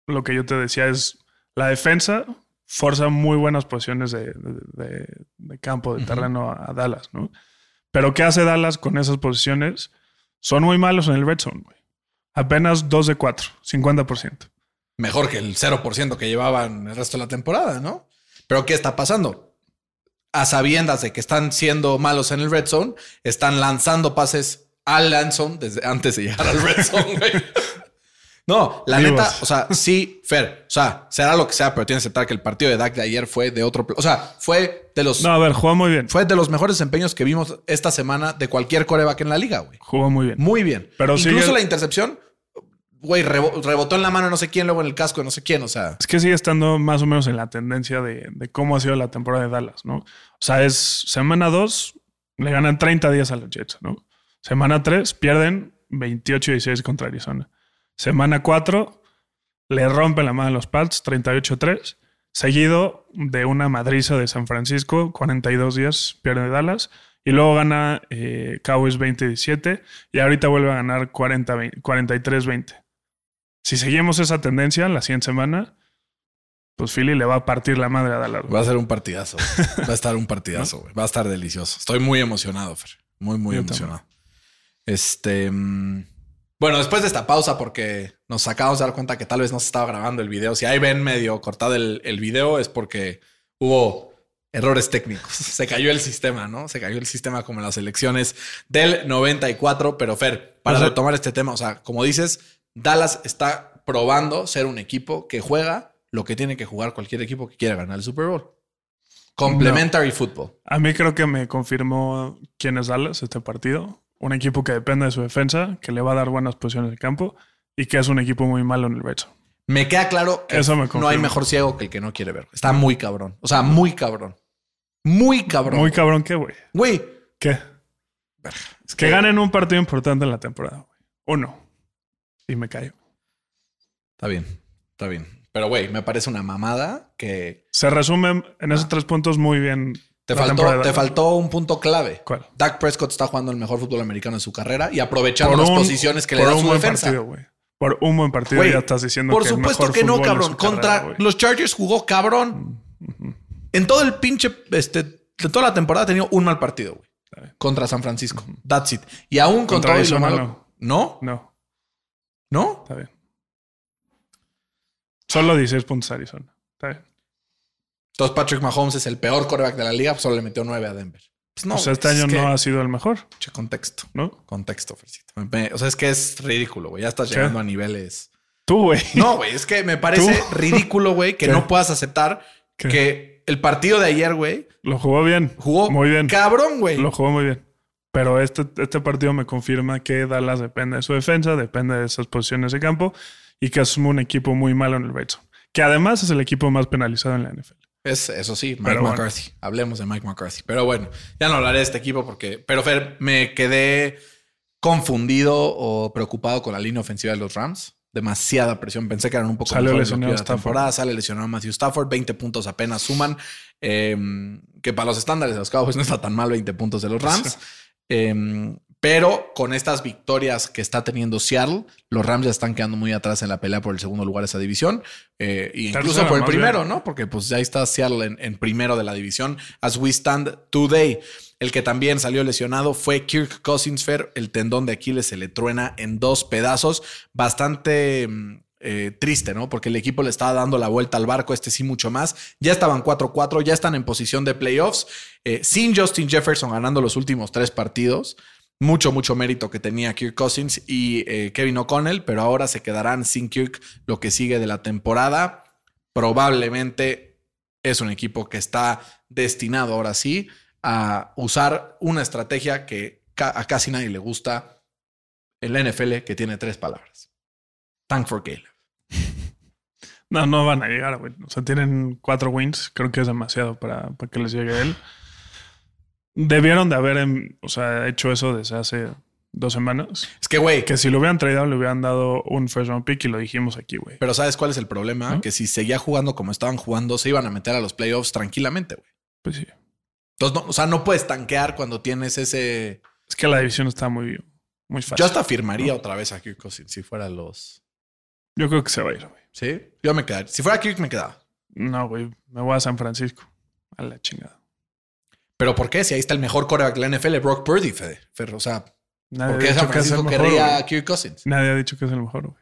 lo que yo te decía es la defensa forza muy buenas posiciones de, de- de- de campo, de
Ujú.
terreno a, a Dallas, ¿no? Pero ¿qué hace Dallas con esas posiciones? Son muy malos en el red zone, güey. Apenas 2 de 4, 50%.
Mejor que el 0% que llevaban el resto de la temporada, ¿no? Pero ¿qué está pasando? A sabiendas de que están siendo malos en el red zone, están lanzando pases al land zone desde antes de llegar al red zone, güey. No, la
Vivos.
neta, o sea, sí, Fer, o sea, será lo que sea, pero tienes que aceptar que el partido de Dak de ayer fue de otro, pl- o sea, fue de los
No, a ver, jugó muy bien.
Fue de los mejores desempeños que vimos esta semana de cualquier coreback en la liga, güey.
Jugó muy bien.
Muy bien.
Pero
Incluso
sigue-
la intercepción, güey, rebo- rebotó en la mano de no sé quién, luego en el casco de no sé quién. O sea,
Es que sigue estando más o menos en la tendencia de, de cómo ha sido la temporada de Dallas, ¿no? O sea, es semana 2, le ganan 30 días a los Jets, ¿no? Semana 3, pierden 28 y 16 contra Arizona. Semana 4, le rompen la mano a los Pats, 38-3, seguido de una madriza de San Francisco, 42 días, pierde Dallas. Y luego gana eh, Cowboys 20-17 y ahorita vuelve a ganar 40-20, 43-20. Si seguimos esa tendencia, la siguiente semana, pues Philly le va a partir la madre a Dallas. güey.
va a ser un partidazo. güey. Va a estar un partidazo, güey. Va a estar delicioso. Estoy muy emocionado, Fer. Muy, muy
Yo
emocionado. Este. mm, Bueno, después de esta pausa, porque nos acabamos de dar cuenta que tal vez no se estaba grabando el video. Si ahí ven medio cortado el, el video, es porque hubo errores técnicos. Se cayó el sistema, ¿no? Se cayó el sistema como en las elecciones del 94. Pero Fer, para
O sea-
retomar este tema, o sea, como dices, Dallas está probando ser un equipo que juega lo que tiene que jugar cualquier equipo que quiera ganar el Super Bowl. Complementary football.
A mí creo que me confirmó quién es Dallas este partido. Un equipo que depende de su defensa, que le va a dar buenas posiciones de campo y que es un equipo muy malo en el reto.
Me queda claro que
Eso me
no
confirma.
hay mejor ciego que el que no quiere ver. Está muy cabrón. O sea, muy cabrón. Muy cabrón.
Muy cabrón que, güey.
Güey,
¿Qué? que ganen un partido importante en la temporada, güey. Uno. Y me callo.
Está bien, está bien. Pero güey, me parece una mamada que
Se resumen en esos tres puntos muy bien.
te
la temporada
faltó,
de
te
Dallas.
faltó un punto clave.
¿Cuál?
Dak Prescott está jugando el mejor fútbol americano de su carrera y aprovechando las
un-
posiciones que le
por
da
un
su
buen
defensa.
partido, güey. Por un buen partido
Güey,
ya estás diciendo
Por
que el
supuesto
mejor
que no,
fútbol de
cabrón.
su
Contra
carrera, güey.
los Chargers jugó cabrón. En todo el pinche, este, de toda la temporada ha tenido un mal partido, güey. Contra San Francisco. That's it. Y aún contra,
Contra
todo y lo
Arizona,
malo. ¿No?
No,
¿No?
está bien. Solo 16 puntos Arizona. Está bien.
Entonces Patrick Mahomes es el peor coreback de la liga, pues solo le metió nueve a Denver. Pues no,
o sea, este
güey, es
año
que-
no ha sido el mejor,
Che, contexto,
¿no?
contexto, Fercito. Me- me- O sea, es que es ridículo, güey. Ya estás
¿Qué?
llegando a niveles.
Tú, güey.
No, güey, es que me parece
¿Tú?
ridículo, güey, que
¿Qué?
no puedas aceptar
¿Qué?
que el partido de ayer, güey,
Lo jugó bien.
jugó
muy bien.
cabrón, güey.
Lo jugó muy bien. Pero este, este partido me confirma que Dallas depende de su defensa, depende de esas posiciones de campo y que es un equipo muy malo en el red zone. Que además es el equipo más penalizado en la NFL.
Es, eso sí, Mike
Pero bueno.
McCarthy. Hablemos de Mike McCarthy. Pero bueno, ya no hablaré de este equipo porque. Pero Fer, me quedé confundido o preocupado con la línea ofensiva de los Rams. Demasiada presión. Pensé que eran un poco
Salió
mejores
lesionado
lo que iba la
Stafford.
temporada. Sale lesionado Matthew Stafford. 20 puntos apenas suman. Em, Eh, que para los estándares de los Cowboys no está tan mal 20 puntos de los Rams. Eh, Pero con estas victorias que está teniendo Seattle, los Rams ya están quedando muy atrás en la pelea por el segundo lugar de esa división. eh, e incluso
Tercero,
por el
más
primero,
bien.
¿no? Porque pues ya está Seattle en, en primero de la división. As we stand today. El que también salió lesionado fue Kirk Cousinsfer. El tendón de Aquiles se le truena en dos pedazos. Bastante mm, eh, triste, ¿no? Porque el equipo le estaba dando la vuelta al barco, este sí mucho más. Ya estaban 4-4, ya están en posición de playoffs. Eh, sin Justin Jefferson ganando los últimos tres partidos mucho, mucho mérito que tenía Kirk Cousins y eh, Kevin O'Connell, pero ahora se quedarán sin Kirk lo que sigue de la temporada. Probablemente es un equipo que está destinado ahora sí a usar una estrategia que ca- a casi nadie le gusta en la NFL, que tiene tres palabras. Tank for Caleb.
No, no van a llegar, güey. O sea, tienen cuatro wins. Creo que es demasiado para, para que les llegue él. Debieron de haber em, o sea, hecho eso desde hace dos semanas.
Es que, güey,
Que si lo hubieran traído, le hubieran dado un first round pick y lo dijimos aquí, güey.
pero ¿sabes cuál es el problema?
¿No?
Que si seguía jugando como estaban jugando, se iban a meter a los playoffs tranquilamente, güey.
Pues sí.
Entonces, no- o sea, no puedes tanquear cuando tienes ese...
Es que la división está muy, muy fácil.
Yo hasta firmaría otra vez a Kirk Cousins si fuera los.
Yo creo que se va a ir, güey.
Sí, yo me quedaría. Si fuera Kirk, me quedaba.
No, güey. Me voy a San Francisco. A la chingada.
Pero ¿por qué? Si ahí está el mejor coreback de la NFL, Brock Purdy, Fede. Fer, o sea,
Nadie
¿por qué
ha dicho
San
que es el
Francisco
mejor.
querría
güey.
a Kirk Cousins?
Nadie ha dicho que es el mejor, güey.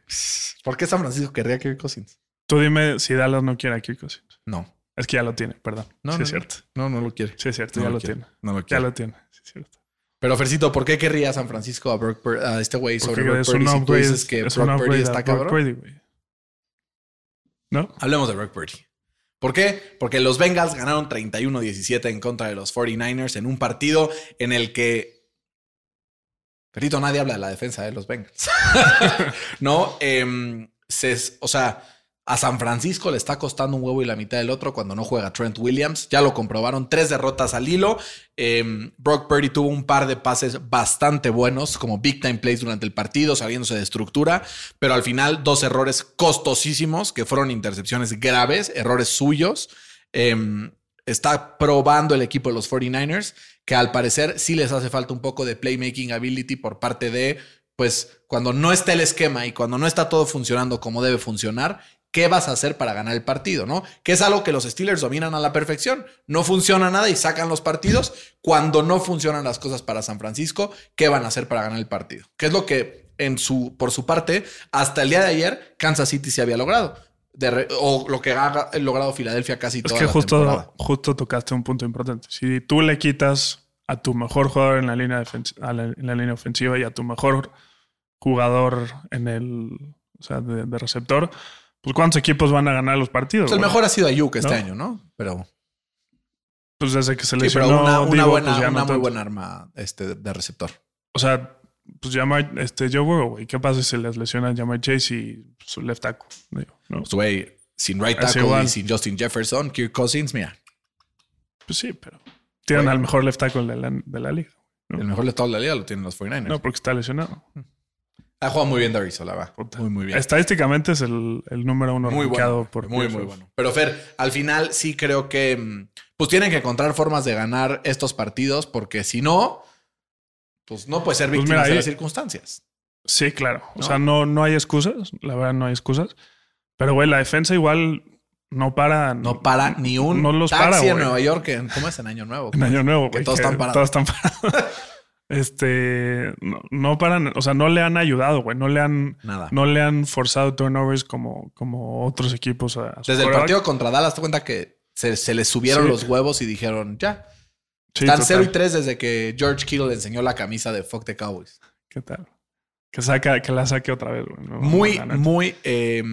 ¿Por qué San Francisco querría a Kirk Cousins?
Tú dime si Dallas no quiere a Kirk Cousins.
No.
Es que ya lo tiene, perdón.
No,
sí,
no,
es
no.
cierto.
No, no lo quiere.
Sí, es cierto.
No
ya lo
quiere.
tiene.
No lo
Ya
quiere.
lo tiene. Sí, es cierto.
Pero Fercito, ¿por qué querría San Francisco a, Brock Pur- a este güey sobre
Porque
Brock
es
Purdy
un
si tú
upgrade.
dices que
es un
Brock Purdy
upgrade a
está
Brock
cabrón?
Purdy, güey. ¿No?
Hablemos de Brock Purdy. ¿Por qué? Porque los Bengals ganaron 31-17 en contra de los 49ers en un partido en el que. Perrito, nadie habla de la defensa de los Bengals. no, em, se- o sea, a San Francisco le está costando un huevo y la mitad del otro cuando no juega Trent Williams. Ya lo comprobaron, tres derrotas al hilo. Eh, Brock Purdy tuvo un par de pases bastante buenos, como big time plays durante el partido, saliéndose de estructura, pero al final dos errores costosísimos que fueron intercepciones graves, errores suyos. Eh, está probando el equipo de los 49ers que al parecer sí les hace falta un poco de playmaking ability por parte de, pues, cuando no está el esquema y cuando no está todo funcionando como debe funcionar, ¿qué vas a hacer para ganar el partido? ¿No? Que es algo que los Steelers dominan a la perfección. No funciona nada y sacan los partidos. Cuando no funcionan las cosas para San Francisco, ¿qué van a hacer para ganar el partido? Que es lo que, en su, por su parte, hasta el día de ayer, Kansas City se había logrado. De re- o lo que ha logrado Filadelfia casi
Es
toda
que
la temporada.
justo, justo tocaste un punto importante. Si tú le quitas a tu mejor jugador en la línea, defens- a la- en la línea ofensiva y a tu mejor jugador en el o sea, de, de receptor, pues ¿cuántos equipos van a ganar los partidos?
Pues el
güey?
mejor ha sido Ayuk este
¿No?
año, ¿no? Pero,
Pues desde que se
sí, pero
lesionó,
una, una
Divo,
buena,
pues ya no
una muy
tanto.
buena arma este, de receptor.
O sea, pues llama este Joe Burrow, güey. ¿Qué pasa si se les lesiona Llama Chase y su left tackle? Digo, ¿no?
Pues, güey, sin right
Es
tackle
igual.
y sin Justin Jefferson, Kirk Cousins, mira,
Pues sí, pero tienen al mejor left tackle de la, de la liga. ¿no?
el mejor de toda la liga lo tienen los 49ers.
No, porque está lesionado.
Ha jugado muy bien Darisola, va.
Puta.
Muy, muy bien.
Estadísticamente es el, el número uno
muy
rankeado
bueno.
por
muy, muy
Pearson.
bueno. Pero Fer, al final sí creo que mm, pues tienen que encontrar formas de ganar estos partidos porque si no, pues no puede ser
Pues
víctima
mira,
de
ahí-
las circunstancias.
Sí, claro. O
¿No?
sea, no, no hay excusas. La verdad, no hay excusas. Pero, güey, la defensa igual no para.
No para ni un
No los
taxi
para,
en
güey.
Nueva York. en- ¿Cómo es en Año Nuevo?
En Año Nuevo,
Que
güey,
todos están parados.
todos están parados. este. No, no paran. O sea, no le han ayudado, güey. No le han.
Nada.
No le han forzado turnovers como, como otros equipos. a- a su
Desde el
quarterback.
partido contra Dallas, te cuenta que se, se les subieron
Sí.
los huevos y dijeron, ya.
Sí,
Están
total.
0 y 3 desde que George Kittle le enseñó la camisa de Fuck the Cowboys.
¿Qué tal? Que, saca, que la saque otra vez, güey. No,
Muy,
Oh, la neta.
muy. eh,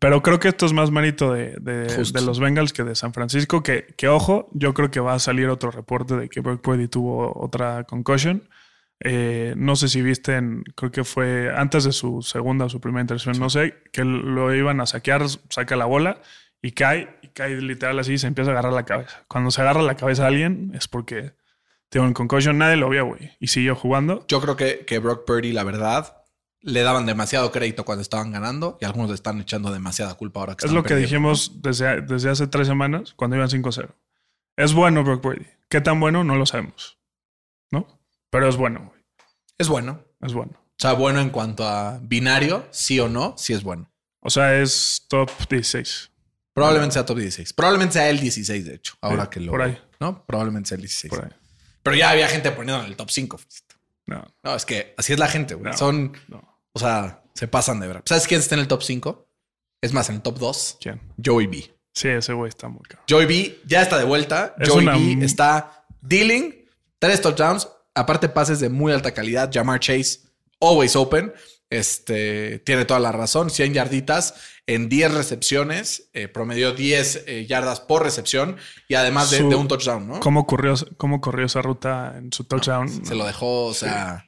Pero creo que esto es más mérito de, de-
Justo.
de los Bengals que de San Francisco. Que, que, ojo, yo creo que va a salir otro reporte de que Brock Purdy tuvo otra concussion. Eh, no sé si viste, en- creo que fue antes de su segunda o su primera intervención, no sé, que lo iban a saquear, saca la bola y cae, y cae literal así y se empieza a agarrar la cabeza. Cuando se agarra la cabeza a alguien es porque tiene un concussion, nadie lo vio, güey, y siguió jugando.
yo creo que, que Brock Purdy, la verdad, le daban demasiado crédito cuando estaban ganando y algunos le están echando demasiada culpa ahora que
Es
están
lo que
perdiendo.
dijimos desde, desde hace tres semanas cuando iban 5-0. Es bueno Brock Purdy. ¿Qué tan bueno? No lo sabemos. ¿No? Pero es bueno, güey.
Es bueno.
Es bueno.
O sea, bueno en cuanto a binario, sí o no, sí es bueno.
O sea, es top 16.
Probablemente sea top 16. Probablemente sea el 16, de hecho. Ahora
Sí,
que lo.
por ahí.
¿No? Probablemente sea el 16.
Por ahí.
Pero ya había gente poniendo en el top 5.
No,
No, es que así es la gente, güey.
No.
Son,
no.
o sea, se pasan de verdad. ¿Sabes quién está en el top 5? Es más, en el top 2,
¿Quién?
Joey B.
Sí, ese güey está muy caro.
Joey B ya está de vuelta.
Es
Joey
una-
B está dealing, tres touchdowns, aparte pases de muy alta calidad. Jamar Chase, always open. Este tiene toda la razón. 100 yarditas en 10 recepciones, eh, promedió 10 eh, yardas por recepción y además de,
Su-
de un touchdown, ¿no?
¿Cómo corrió, cómo corrió esa ruta en su touchdown?
Se lo dejó, o sea,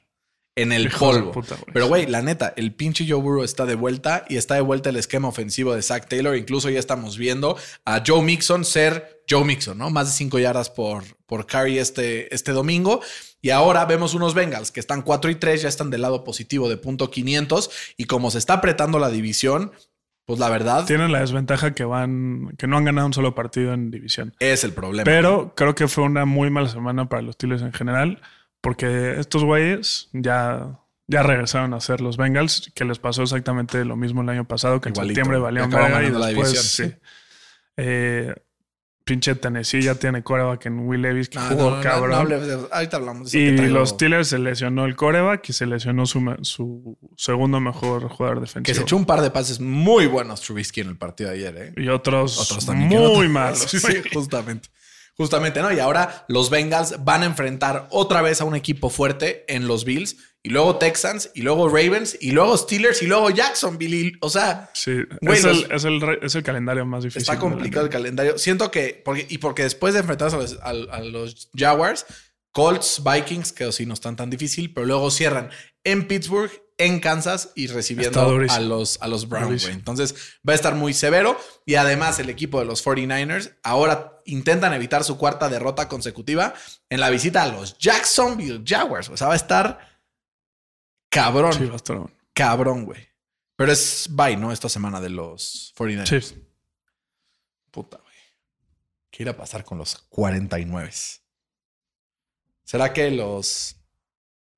en el
Hijo de
polvo.
puta, güey.
Pero, güey, la neta, el pinche Joe Burrow está de vuelta y está de vuelta el esquema ofensivo de Zach Taylor. Incluso ya estamos viendo a Joe Mixon ser Joe Mixon, ¿no? Más de cinco yardas por, por carry este, este domingo. Y ahora vemos unos Bengals que están 4 y 3, ya están del lado positivo de punto 500. Y como se está apretando la división, pues la verdad
Tienen la desventaja que van, que no han ganado un solo partido en división.
es el problema.
Pero creo que fue una muy mala semana para los Steelers en general, porque estos güeyes ya, ya regresaron a ser los Bengals, que les pasó exactamente lo mismo el año pasado, que
Igualito.
en septiembre valieron
Y acabaron
verga y
ganando la
después
división,
sí. Eh, pinche Tennessee ya tiene coreback en Will Levis, que
No, Ah, no,
jugó
no, no,
cabrón.
no hables de- ahorita hablamos de eso,
Y
te traigo-
los Steelers se lesionó el coreback y se lesionó su, me- su segundo mejor jugador defensivo.
Que se echó un par de pases muy buenos Trubisky en el partido de ayer, ¿eh?
Y otros,
Otros también. que no
muy
te-
malos.
Sí, sí, justamente. Justamente, ¿no? Y ahora los Bengals van a enfrentar otra vez a un equipo fuerte en los Bills, y luego Texans, y luego Ravens, y luego Steelers, y luego Jacksonville. y- o sea,
Sí,
Güey,
es,
los-
el, es el re- es el calendario más difícil.
está
de la
complicado el
liga.
calendario. Siento que, porque, y porque después de enfrentarse a los, a- a los Jaguars, Colts, Vikings, que sí no están tan difícil, pero luego cierran en Pittsburgh, en Kansas y recibiendo
Está durísimo.
a los, a los Browns.
Durísimo.
güey. Entonces va a estar muy severo y además el equipo de los 49ers ahora intentan evitar su cuarta derrota consecutiva en la visita a los Jacksonville Jaguars. O sea, va a estar cabrón,
Sí, va a estar bueno.
cabrón, güey. Pero es bye, ¿no? Esta semana de los 49ers.
Sí.
Puta, güey. ¿Qué irá a pasar con los 49? ¿Será que los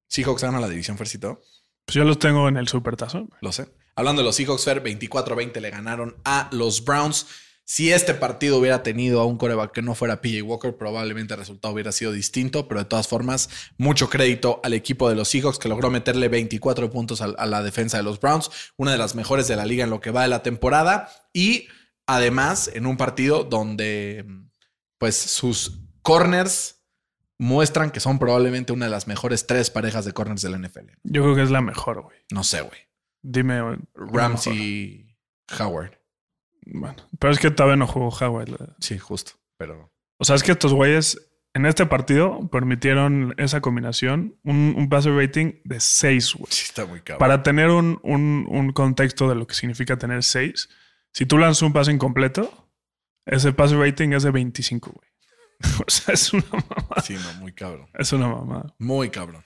Seahawks ganan la división, Fercito?
Pues yo los tengo en el supertazón.
Lo sé. Hablando de los Seahawks, Fer, 24-20 le ganaron a los Browns. Si este partido hubiera tenido a un coreback que no fuera PJ Walker, probablemente el resultado hubiera sido distinto, pero de todas formas, mucho crédito al equipo de los Seahawks que logró meterle 24 puntos al- a, la defensa de los Browns, una de las mejores de la liga en lo que va de la temporada y además en un partido donde pues sus corners muestran que son probablemente una de las mejores tres parejas de corners del NFL.
Yo creo que es la mejor, güey.
No sé, güey.
Dime. güey, la mejor.
Ramsey Howard.
Bueno, pero es que todavía no jugó Howard.
Sí, justo. Pero
O sea, es que estos güeyes en este partido permitieron esa combinación, un, un passer rating de 6, güey.
sí está muy cabrón.
Para tener un, un- un contexto de lo que significa tener 6, si tú lanzas un pase incompleto, ese pase rating es de 25, güey. O sea, es una mamada.
Sí, no, muy cabrón.
Es una mamada.
Muy cabrón.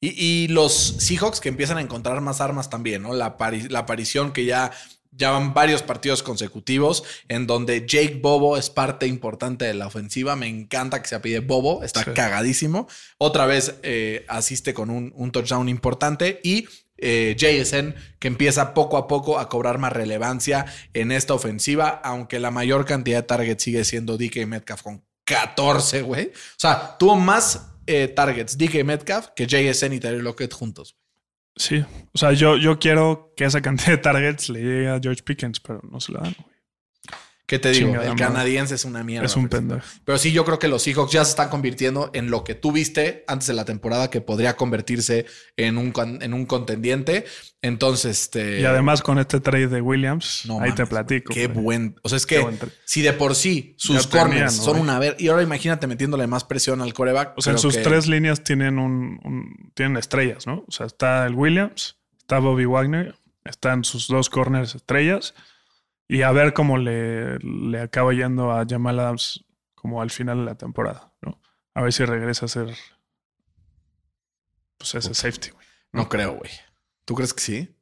Y, y los Seahawks que empiezan a encontrar más armas también, ¿no? La, apari- la aparición que ya, ya van varios partidos consecutivos en donde Jake Bobo es parte importante de la ofensiva. Me encanta que se apide Bobo, está
Sí.
cagadísimo. Otra vez eh, asiste con un, un touchdown importante y eh, JSN que empieza poco a poco a cobrar más relevancia en esta ofensiva, aunque la mayor cantidad de targets sigue siendo DK Metcalf con 14, güey. O sea, tuvo más eh, targets DK Metcalf que JSN y Tyler Lockett juntos.
Sí, o sea, yo, yo quiero que esa cantidad de targets le llegue a George Pickens, pero no se la dan. güey.
¿Qué te digo?
Chingada
el
madre.
canadiense es una mierda.
es un
Fer.
pendejo.
Pero sí, yo creo que los Seahawks ya se están convirtiendo en lo que tú viste antes de la temporada que podría convertirse en un, con- en un contendiente. Entonces, este.
y además con este trade de Williams,
no
ahí te
mames,
platico.
Qué
güey.
buen. O sea, es
Qué
que
buen trade.
si de por sí sus
Ya tenían,
corners
¿no,
son
güey?
una ver. Y ahora imagínate metiéndole más presión al coreback.
O sea, en
creo
sus
que-
tres líneas tienen un, un- tienen estrellas, ¿no? O sea, está el Williams, está Bobby Wagner, están sus dos corners estrellas. Y a ver cómo le, le acaba yendo a Jamal Adams como al final de la temporada, ¿no? A ver si regresa a ser pues ese safety, güey.
No creo, güey. ¿Tú crees que sí?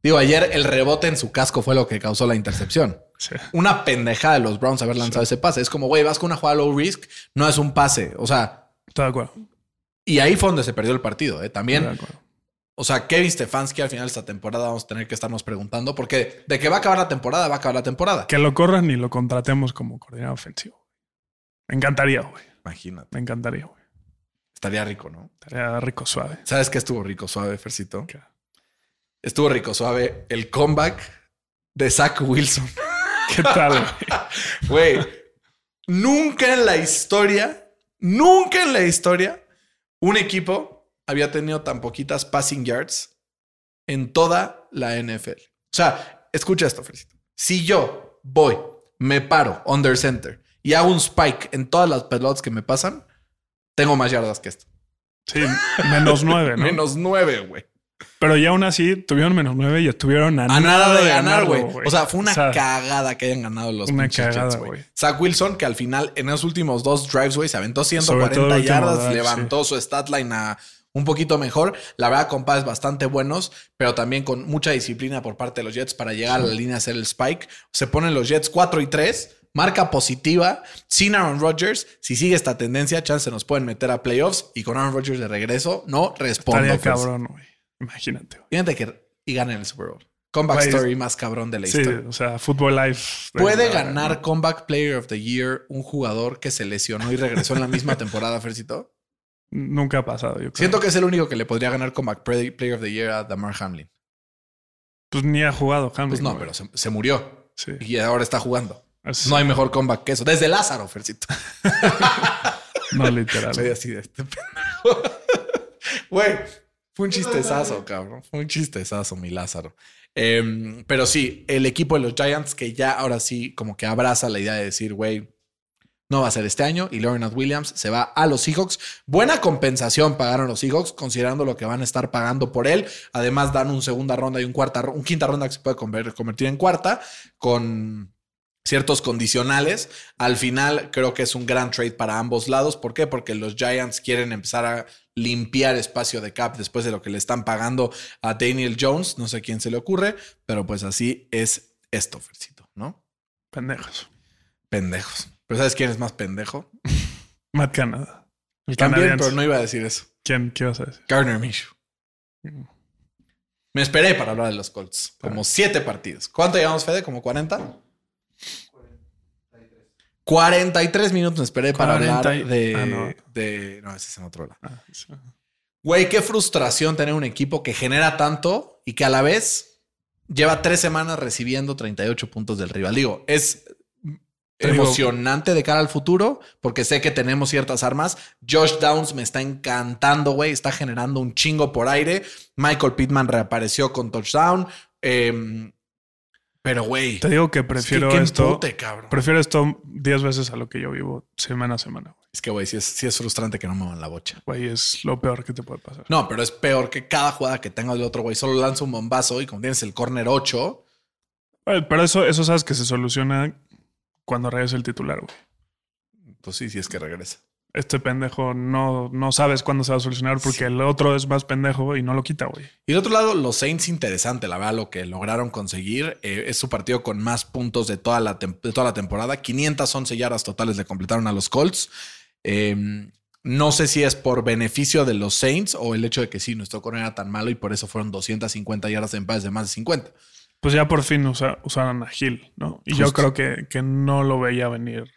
Digo, ayer el rebote en su casco fue lo que causó la intercepción.
Sí.
una pendejada de los Browns haber lanzado ese pase. Es como, güey, vas con una jugada low risk, no es un pase. O sea,
Estoy de acuerdo.
Y ahí fue donde se perdió el partido, ¿eh? También.
De acuerdo.
O sea, Kevin Stefanski al final de esta temporada vamos a tener que estarnos preguntando porque de que va a acabar la temporada, va a acabar la temporada.
Que lo corran y lo contratemos como coordinador ofensivo. Me encantaría, güey.
Imagínate.
Me encantaría, güey.
Estaría rico, ¿no?
Estaría rico, suave.
¿Sabes qué estuvo rico suave, Fercito? Estuvo rico suave el comeback de Zach Wilson.
¿Qué tal, güey?
Güey, nunca en la historia, nunca en la historia, un equipo había tenido tan poquitas passing yards en toda la NFL. O sea, escucha esto, Fercito. Si yo voy, me paro under center y hago un spike en todas las pelotas que me pasan, tengo más yardas que esto.
Sí, menos nueve, ¿no?
Menos nueve, güey.
Pero ya aún así tuvieron menos nueve y estuvieron a,
A nada de ganar, güey.
ganarlo,
O sea, fue una
O sea,
cagada que hayan ganado los
una
pinches Jets,
cagada, güey.
Zach Wilson, que al final en los últimos dos drives, güey, se aventó
Sobre todo
140
el último
yardas,
drive,
levantó su stat line a un poquito mejor. La verdad, con pases bastante buenos, pero también con mucha disciplina por parte de los Jets para llegar a la línea a hacer el spike. Se ponen los Jets 4 y 3. Marca positiva, sin Aaron Rodgers. Si sigue esta tendencia, chance nos pueden meter a playoffs y con Aaron Rodgers de regreso, no responde.
estaría
Fíjate
cabrón, güey. Imagínate, güey.
que y ganen el Super Bowl. Comeback
Güey,
story más cabrón de la
Sí,
historia.
o sea, Football Life. de
¿Puede
la-
ganar Comeback Player of the Year un jugador que se lesionó y regresó en la misma temporada, Fercito?
Nunca ha pasado, yo creo.
Siento que es el único que le podría ganar Comeback Play- Player of the Year a Damar Hamlin.
Pues ni ha jugado Hamlin.
Pues no,
güey.
pero se, se murió
Sí.
y ahora está jugando.
Es-
No hay mejor comeback que eso. Desde Lázaro, Fercito.
no, literal.
Soy así de este pendejo. Güey, fue un chistezazo, cabrón. Fue un chistezazo, mi Lázaro. Em, pero sí, el equipo de los Giants que ya ahora sí como que abraza la idea de decir, güey, no va a ser este año y Leonard Williams se va a los Seahawks. Buena compensación pagaron los Seahawks considerando lo que van a estar pagando por él. Además dan un segunda ronda y un cuarta, ro- un quinta ronda que se puede conver- convertir en cuarta con ciertos condicionales. Al final creo que es un gran trade para ambos lados. ¿Por qué? Porque los Giants quieren empezar a limpiar espacio de cap después de lo que le están pagando a Daniel Jones. No sé quién se le ocurre, pero pues así es esto, Fercito, ¿no?
Pendejos.
Pendejos. Pero ¿sabes quién es más pendejo?
Matt Canada. El
También,
canadiense.
pero no iba a decir eso.
¿Quién? ¿Qué vas a decir?
Gardner Minshew.
Mm.
Me esperé para hablar de los Colts. Como siete partidos. ¿Cuánto llevamos, Fede? ¿Como 40? 43 minutos me esperé para
40 y-
hablar de,
Ah, no.
de- No, ese es en otro lado.
Ah, sí.
Güey, qué frustración tener un equipo que genera tanto y que a la vez lleva tres semanas recibiendo 38 puntos del rival. Digo, es
Te digo-
emocionante de cara al futuro porque sé que tenemos ciertas armas. Josh Downs me está encantando, güey. Está generando un chingo por aire. Michael Pittman reapareció con touchdown. Em, pero, güey,
Te digo que
es que
prefiero
qué
esto.
empute, cabrón.
Prefiero esto 10 veces a lo que yo vivo semana a semana.
Es que, güey, sí es, sí es frustrante que no me van la bocha.
Güey, Güey, es lo peor que te puede pasar.
No, pero es peor que cada jugada que tenga el otro, güey. Solo lanza un bombazo y como tienes el corner 8,
Güey, Pero eso, eso sabes que se soluciona cuando regrese el titular, güey.
Pues sí, sí es que regresa.
Este pendejo no, no sabes cuándo se va a solucionar porque el otro es más pendejo y no lo quita, güey.
Y del otro lado, los Saints, interesante, la verdad, lo que lograron conseguir. Eh, es su partido con más puntos de toda la, tem- de toda la temporada. 511 yardas totales le completaron a los Colts. Eh, no sé si es por beneficio de los Saints o el hecho de que sí, nuestro corner era tan malo y por eso fueron 250 yardas en paz de más de 50.
Pues ya por fin usa- usaron a Gil, ¿no? Y yo
Justo.
creo que, que no lo veía venir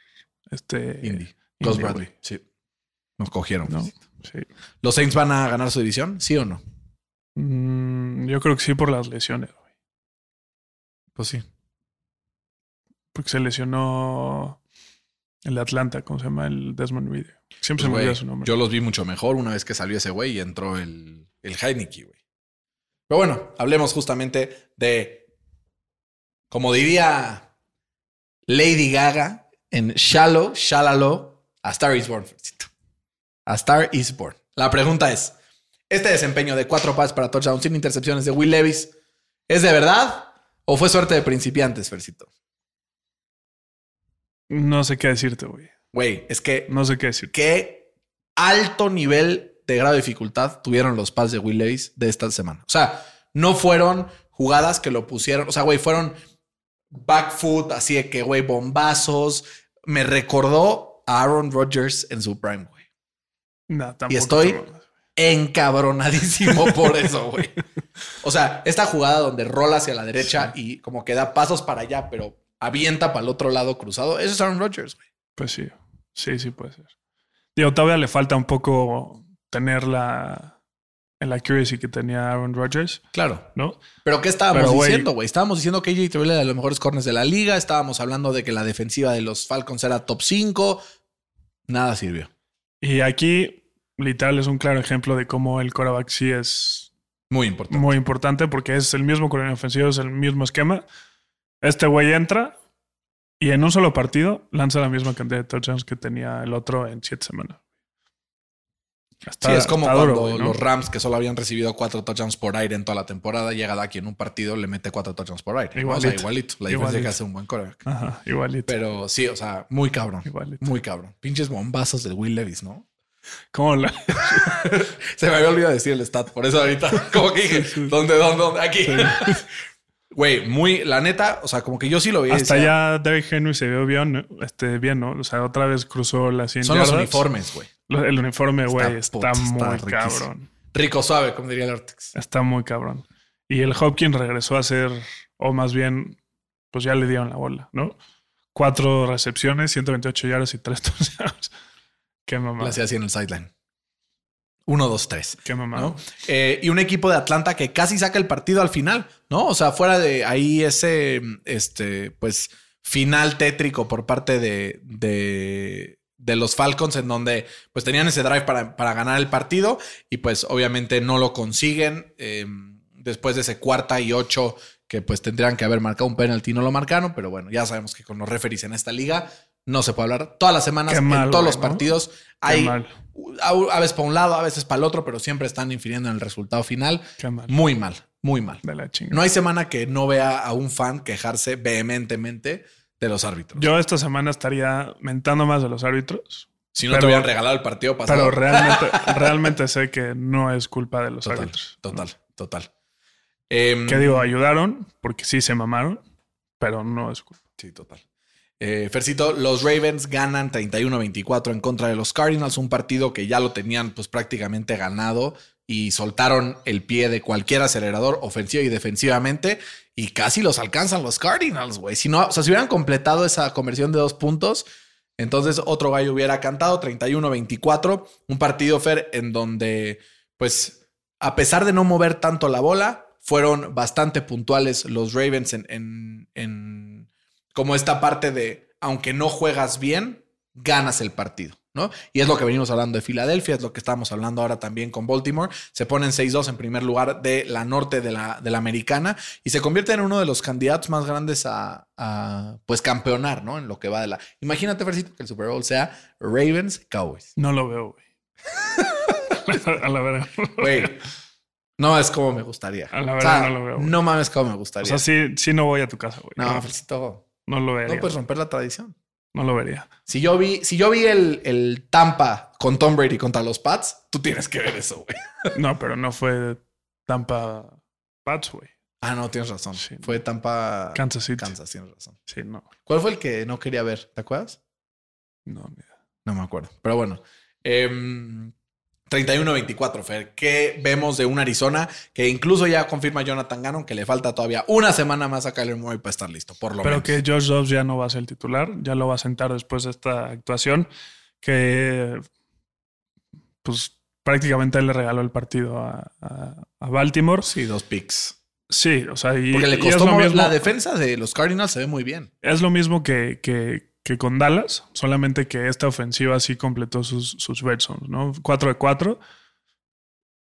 este.
Indy. Los Bradley.
güey.
Sí. Nos cogieron.
No, sí.
¿Los Saints van a ganar su división? ¿Sí o no?
Mm, yo creo que sí por las lesiones, güey.
Pues sí.
Porque se lesionó el de Atlanta, ¿cómo se llama? El Desmond Video. Siempre se me
Güey,
olvida su nombre.
Yo los vi mucho mejor una vez que salió ese güey y entró el, el Heineke, güey. Pero bueno, hablemos justamente de, como diría Lady Gaga en Shallow, Shalalo, A Star is Born. Fercito. A Star is Born. La pregunta es, ¿este desempeño de cuatro pases para touchdown sin intercepciones de Will Levis es de verdad o fue suerte de principiantes, Fercito?
No sé qué decirte, güey.
Güey, es que
No sé qué decirte.
qué alto nivel de grado de dificultad tuvieron los pads de Will Levis de esta semana. O sea, no fueron jugadas que lo pusieron. O sea, güey, fueron back foot, así de que, güey, bombazos. Me recordó a Aaron Rodgers en su prime, güey.
No, tampoco.
estoy-
te mames.
encabronadísimo por eso, güey. O sea, esta jugada donde rola hacia la derecha y como que da pasos para allá, pero avienta para el otro lado cruzado, eso es Aaron Rodgers, güey.
Pues sí. Sí, sí puede ser. Digo, todavía le falta un poco tener la, el accuracy que tenía Aaron Rodgers,
Claro.
¿no?
Pero ¿qué estábamos
Pero, güey-
diciendo, güey? Estábamos diciendo que AJ Terrell era de los mejores corners de la liga, estábamos hablando de que la defensiva de los Falcons era top 5. Nada sirvió.
Y aquí, literal, es un claro ejemplo de cómo el quarterback sí es
Muy importante.
muy importante porque es el mismo coronel ofensivo, es el mismo esquema. Este güey entra y en un solo partido lanza la misma cantidad de touchdowns que tenía el otro en siete semanas. Está-
Sí, es como
está
cuando
duro, güey, ¿no?
los Rams, que solo habían recibido cuatro touchdowns por aire en toda la temporada, llega Daki en un partido, le mete cuatro touchdowns por aire. ¿no? O sea,
Igualito.
igualito. La diferencia es que
Igualito.
hace un buen coreback.
Ajá, igualito.
Pero sí, o sea, muy cabrón.
igualito.
Muy cabrón. Pinches bombazos de Will Levis, ¿no?
Como la-
Se me había olvidado decir el stat, por eso ahorita como que dije, ¿dónde, dónde, dónde? Aquí. Güey, muy, la neta, o sea, como que yo sí lo vi.
hasta ya Derrick Henry se vio bien, ¿no? este, bien, ¿no? O sea, otra vez cruzó las 100
Son los
yardas.
uniformes, güey.
Lo- El uniforme, güey, está,
puta, está
muy
riquísimo.
cabrón.
Rico suave, como diría el Artex.
Está muy cabrón. Y el Hopkins regresó a ser, o más bien, pues ya le dieron la bola, ¿no? Cuatro recepciones, 128 yardas y tres touchdowns. Qué mamá.
La hacía así en el sideline. Uno, dos, tres.
Qué mamá.
¿no? Eh, y un equipo de Atlanta que casi saca el partido al final, ¿no? O sea, fuera de ahí ese, este, pues, final tétrico por parte de, de, de los Falcons, en donde, pues, tenían ese drive para, para ganar el partido y, pues, obviamente no lo consiguen. eh, después de ese cuarta y ocho que, pues, tendrían que haber marcado un penalti, no lo marcaron, pero bueno, ya sabemos que con los referees en esta liga no se puede hablar. Todas las semanas,
Qué mal,
en todos
güey,
los
¿no?
partidos,
Qué
hay
mal,
a, a veces para un lado, a veces para el otro, pero siempre están infiriendo en el resultado final.
qué mal.
Muy mal, muy mal.
De la chingada.
No hay semana que no vea a un fan quejarse vehementemente de los árbitros.
Yo esta semana estaría mentando más a los árbitros,
si no te
pero-
hubieran regalado el partido pasado.
pero realmente, realmente sé que no es culpa de los
total,
árbitros.
total, total. Em,
Que digo, ayudaron porque sí se mamaron, pero no es culpa.
Sí, total. Eh, Fercito, los Ravens ganan 31-24 en contra de los Cardinals, un partido que ya lo tenían pues prácticamente ganado y soltaron el pie de cualquier acelerador ofensivo y defensivamente y casi los alcanzan los Cardinals, güey. Si no, o sea, si hubieran completado esa conversión de dos puntos, entonces otro gallo hubiera cantado 31-24, un partido Fer en donde pues a pesar de no mover tanto la bola, fueron bastante puntuales los Ravens en, en- en como esta parte de, aunque no juegas bien, ganas el partido, ¿no? Y es lo que venimos hablando de Filadelfia, es lo que estábamos hablando ahora también con Baltimore. Se ponen 6-2 en primer lugar de la norte de la, de la americana y se convierte en uno de los candidatos más grandes a, a, pues, campeonar, ¿no? En lo que va de la... Imagínate, Fercito, que el Super Bowl sea Ravens-Cowboys.
No lo veo, güey. a la verga.
Güey, no es como me gustaría.
A la
O sea,
verdad no lo veo. güey.
No mames como me
o
gustaría.
sea, sí, sí no voy a tu casa, güey.
no, Felicito.
No lo vería.
No pues. puedes romper la tradición.
No lo vería.
Si yo vi, si yo vi el, el Tampa con Tom Brady contra los Pats, tú tienes que ver eso, güey.
No, pero no fue Tampa Pats, güey.
Ah, no, tienes razón.
Sí.
Fue Tampa
Kansas City.
Kansas, tienes razón.
Sí, no.
¿Cuál fue el que no quería ver? ¿Te acuerdas?
No, ni idea.
No me acuerdo. Pero bueno. em, 31-24, Fer. ¿Qué vemos de un Arizona que incluso ya confirma Jonathan Gannon que le falta todavía una semana más a Kyler Murray para estar listo? Por lo
Pero
menos.
que Josh Dobbs ya no va a ser el titular. Ya lo va a sentar después de esta actuación. Que, pues, prácticamente le regaló el partido a, a- a Baltimore.
Sí, dos picks.
Sí, o sea, y,
Porque le
y
costó
es lo
mover-
mismo.
La defensa de los Cardinals se ve muy bien.
Es lo mismo que, que, que con Dallas, solamente que esta ofensiva sí completó sus, sus red zones, ¿no? 4 de 4.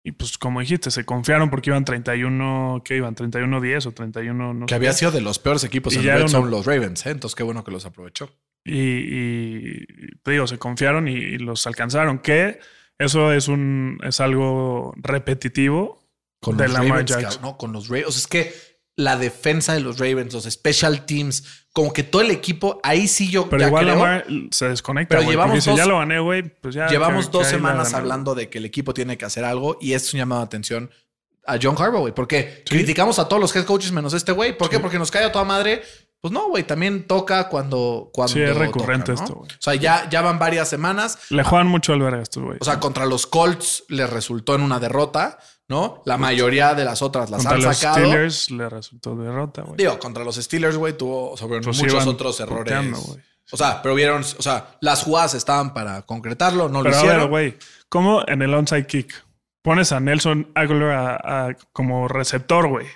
Y pues como dijiste, se confiaron porque iban 31, ¿qué iban? 31-10 o 31, no
Que
sé.
había sido de los peores equipos
Y
en
ya
Red
era
Zone
una-
los Ravens, ¿eh? entonces qué bueno que los aprovechó.
Y, y te digo, se confiaron y, y los alcanzaron. Que eso es, un, es algo repetitivo.
Con
De
los
Lamar
Ravens,
Jackson.
cabrón, no, con los Ravens. O sea, es que la defensa de los Ravens, los special teams, como que todo el equipo, ahí sí yo
Pero
ya
igual
creo.
Lamar se desconecta.
Pero
güey, porque
llevamos
dice,
dos-
ya lo gané, güey. Pues ya,
Llevamos
que- que
dos
ahí la
semanas
gané".
hablando de que el equipo tiene que hacer algo y esto es un llamado de atención a John Harbaugh, güey, porque criticamos a todos los head coaches menos este güey. ¿Por qué? Porque nos cae a toda madre Pues no, güey, también toca cuando, cuando
Sí, es
toca,
recurrente
¿no?
esto, güey.
O sea, ya, ya van varias semanas.
Le juegan mucho al verga a estos, güey.
O sea, contra los Colts les resultó en una derrota, ¿no? La mayoría de las otras las
Contra
han
los
sacado.
Steelers le resultó derrota, güey.
Digo, contra los Steelers, güey, tuvo sobre
Pues
muchos
iban
otros errores.
puteando, güey.
o sea, pero vieron, o sea, las jugadas estaban para concretarlo, no
Pero
lo
a
hicieron.
ver, güey, ¿cómo en el onside kick pones a Nelson Aguilar a- a- como receptor, güey?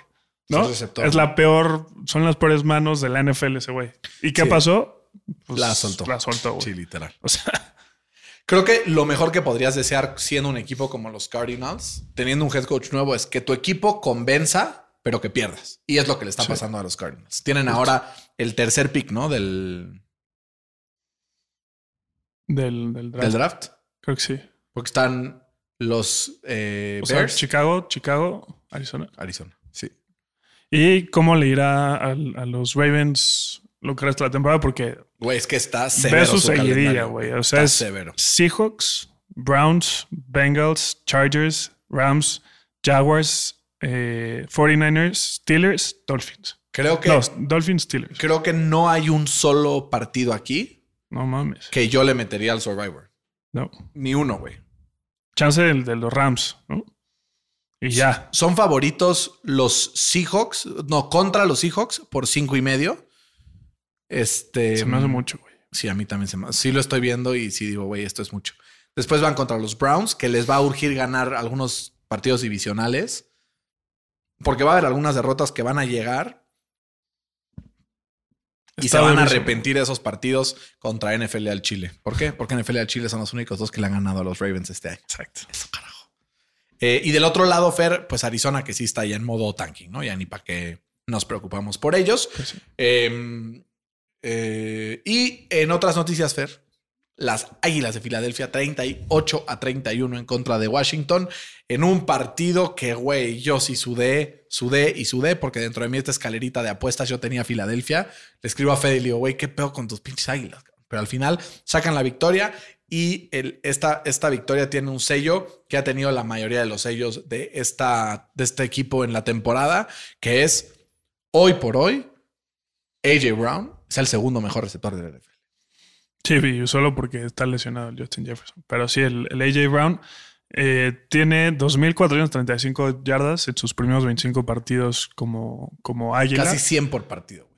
¿No?
Es receptor.
Es la peor, son las peores manos de la NFL ese güey. ¿Y qué
Sí.
pasó? Pues,
La soltó.
La soltó, güey.
Sí, literal.
O sea,
Creo que lo mejor que podrías desear siendo un equipo como los Cardinals, teniendo un head coach nuevo, es que tu equipo convenza, pero que pierdas. Y es lo que le está pasando a los Cardinals. Tienen ahora el tercer pick, ¿no? Del,
del, del draft.
del draft.
Creo que sí.
Porque están los eh,
O sea,
Bears.
Chicago, Chicago, Arizona.
Arizona. Sí.
¿Y cómo le irá al- a, los Ravens lo que resta de la temporada? Porque
Güey, es que está severo.
ve su
su calendario.
seguidilla, güey. O sea,
Está
es
severo.
Seahawks, Browns, Bengals, Chargers, Rams, Jaguars, eh, 49ers, Steelers, Dolphins.
Creo que,
No, Dolphins, Steelers.
creo que no hay un solo partido aquí
No mames.
que yo le metería al Survivor.
No.
Ni uno, güey.
Chance del de los Rams, ¿no? Y ya.
Son favoritos los Seahawks, no, contra los Seahawks por cinco y medio. Este.
Se me hace mucho, güey.
Sí, a mí también se me Sí, lo estoy viendo y sí digo, güey, esto es mucho. Después van contra los Browns, que les va a urgir ganar algunos partidos divisionales. Porque va a haber algunas derrotas que van a llegar y
Está
se van a
durísimo.
arrepentir de esos partidos contra NFL al Chile. ¿Por qué? Porque NFL al Chile son los únicos dos que le han ganado a los Ravens este año.
Exacto.
Eso, carajo. Eh, y del otro lado, Fer, pues Arizona, que sí está ya en modo tanking, ¿no? Ya ni para qué nos preocupamos por ellos.
Pues sí.
Eh, eh, y en otras noticias, Fer, las Águilas de Filadelfia 38 a 31 en contra de Washington en un partido que, güey, yo sí sudé, sudé y sudé porque dentro de mí esta escalerita de apuestas yo tenía Filadelfia. Le escribo a Fede y le digo, güey, qué pedo con tus pinches Águilas. cabrón? Pero al final sacan la victoria y el- esta, esta victoria tiene un sello que ha tenido la mayoría de los sellos de, esta, de este equipo en la temporada, que es hoy por hoy AJ Brown es el segundo mejor receptor de la NFL.
Sí, vi, solo porque está lesionado el Justin Jefferson. Pero sí, el, el AJ Brown eh, tiene 2.435 yardas en sus primeros 25 partidos como, como águila.
Casi 100 por partido. güey.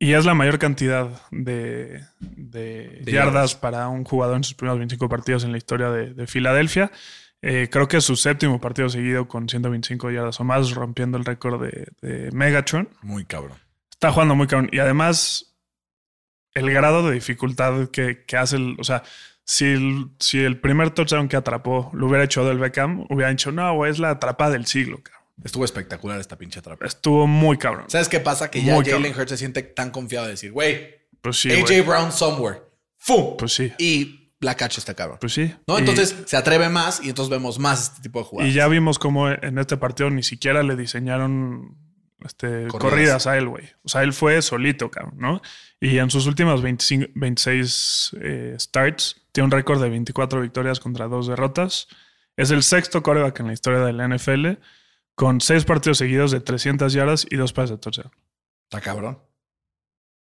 Y es la mayor cantidad de, de
De yardas.
yardas para un jugador en sus primeros 25 partidos en la historia de, de Filadelfia. Eh, creo que es su séptimo partido seguido con 125 yardas o más, rompiendo el récord de, de Megatron.
Muy cabrón.
Está jugando muy cabrón. Y además, el grado de dificultad que, que hace el. O sea, si el, si el primer touchdown que atrapó lo hubiera hecho del Beckham, hubiera dicho, no, güey, es la atrapada del siglo, cabrón.
Estuvo espectacular esta pinche atrapada.
Estuvo muy cabrón.
¿Sabes qué pasa? Que ya
Muy
Jalen
cabrón.
Hurts se siente tan confiado de decir, güey,
Pues sí.
AJ
güey.
Brown somewhere. ¡Fum!
Pues sí.
Y la cacha está cabrón.
Pues sí.
¿No?
Y-
Entonces se atreve más y entonces vemos más este tipo de
Y
jugadas.
ya vimos cómo en este partido ni siquiera le diseñaron este,
Corridas.
corridas. a él, güey. O sea, él fue solito, cabrón, ¿no? Y en sus últimas 25, 26 eh, starts, tiene un récord de 24 victorias contra dos derrotas. Es el sexto coreback en la historia de la NFL, con seis partidos seguidos de 300 yardas y dos pases de touchdown.
Está cabrón.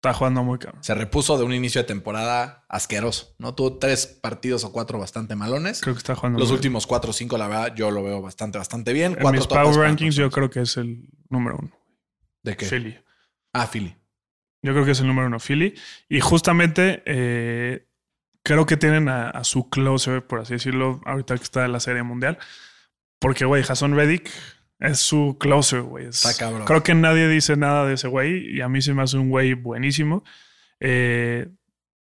Está jugando muy cabrón.
Se repuso de un inicio de temporada asqueroso. ¿No? Tuvo tres partidos o cuatro bastante malones.
Creo que está jugando
Los
muy
últimos cuatro o cinco, la verdad, yo lo veo bastante, bastante bien.
bien. En
Cuatro
mis
topas,
power
cuatro
rankings yo
tops.
creo que es el número uno.
¿De qué?
Philly.
Ah, Philly.
Yo creo que es el número uno, Philly. Y justamente eh, creo que tienen a, a su closer, por así decirlo, ahorita que está en la Serie Mundial. Porque, güey, Jason Reddick es su closer, güey. Es-
Está cabrón.
Creo que nadie dice nada de ese güey y a mí se me hace un güey buenísimo. Eh,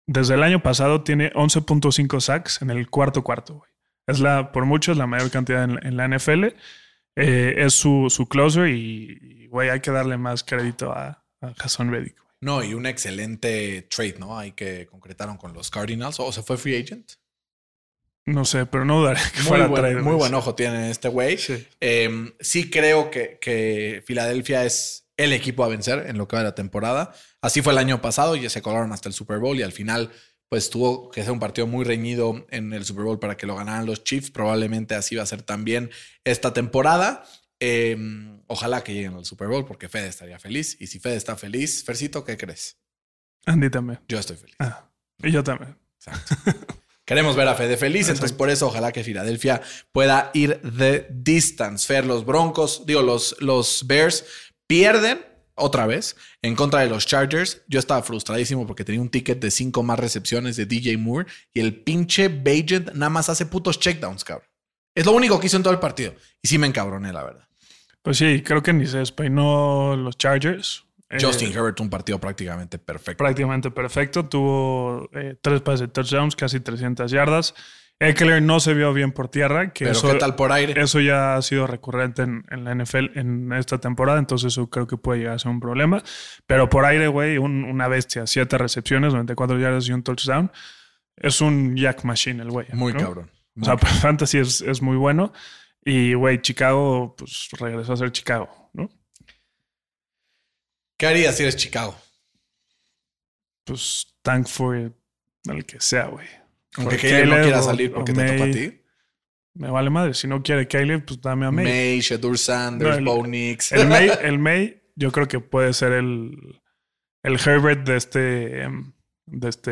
desde el año pasado tiene 11.5 sacks en el cuarto cuarto, güey. Es la, por mucho, es la mayor cantidad en, en la NFL. Eh, es su, su closer y, y, güey, hay que darle más crédito a, a Jason Reddick.
No, y un excelente trade, ¿no? Ahí que concretaron con los Cardinals. O se fue free agent.
No sé, pero no dudaría que
Muy
fuera
buen,
trader,
muy
güey.
buen ojo tiene este güey. Sí,
Sí.
sí creo que, que Filadelfia es el equipo a vencer en lo que va de la temporada. Así fue el año pasado y se colaron hasta el Super Bowl y al final pues tuvo que ser un partido muy reñido en el Super Bowl para que lo ganaran los Chiefs. Probablemente así va a ser también esta temporada. eh, ojalá que lleguen al Super Bowl porque Fede estaría feliz. Y si Fede está feliz, Fercito, ¿qué crees?
Andy también.
Yo estoy feliz.
Ah, y yo también.
Exacto. Queremos ver a Fede feliz, entonces
Exacto.
por eso ojalá que Filadelfia pueda ir the distance. Fer, los Broncos, digo, los, los Bears pierden otra vez en contra de los Chargers. Yo estaba frustradísimo porque tenía un ticket de cinco más recepciones de DJ Moore y el pinche Bajent nada más hace putos checkdowns, cabrón. Es lo único que hizo en todo el partido. Y sí me encabroné, la verdad.
Pues sí, creo que ni se despeinó los Chargers. Eh,
Justin Herbert, un partido prácticamente perfecto.
prácticamente perfecto. Tuvo eh, tres pases de touchdowns, casi 300 yardas. Eckler no se vio bien por tierra, que
Pero
eso,
¿qué tal por aire?
eso ya ha sido recurrente en, en la NFL en esta temporada, entonces eso creo que puede llegar a ser un problema. Pero por aire, güey, un- una bestia, siete recepciones, 94 yardas y un touchdown. Es un jack machine el güey.
Muy
¿no?
cabrón.
O
Muy
sea, para fantasy es, es muy bueno. Y, güey, Chicago, pues regresó a ser Chicago, ¿no?
¿Qué harías si eres Chicago?
Pues tank for el que sea, güey.
Aunque
Por
Caleb no
Caleb
quiera
o-
salir porque
o
te toca a
May.
ti.
Me vale madre. Si no quiere Caleb, pues dame a May.
May, Shadur Sanders,
No, el-
Bo Nix.
El May, el May, yo creo que puede ser el, el Herbert de este, em, de este,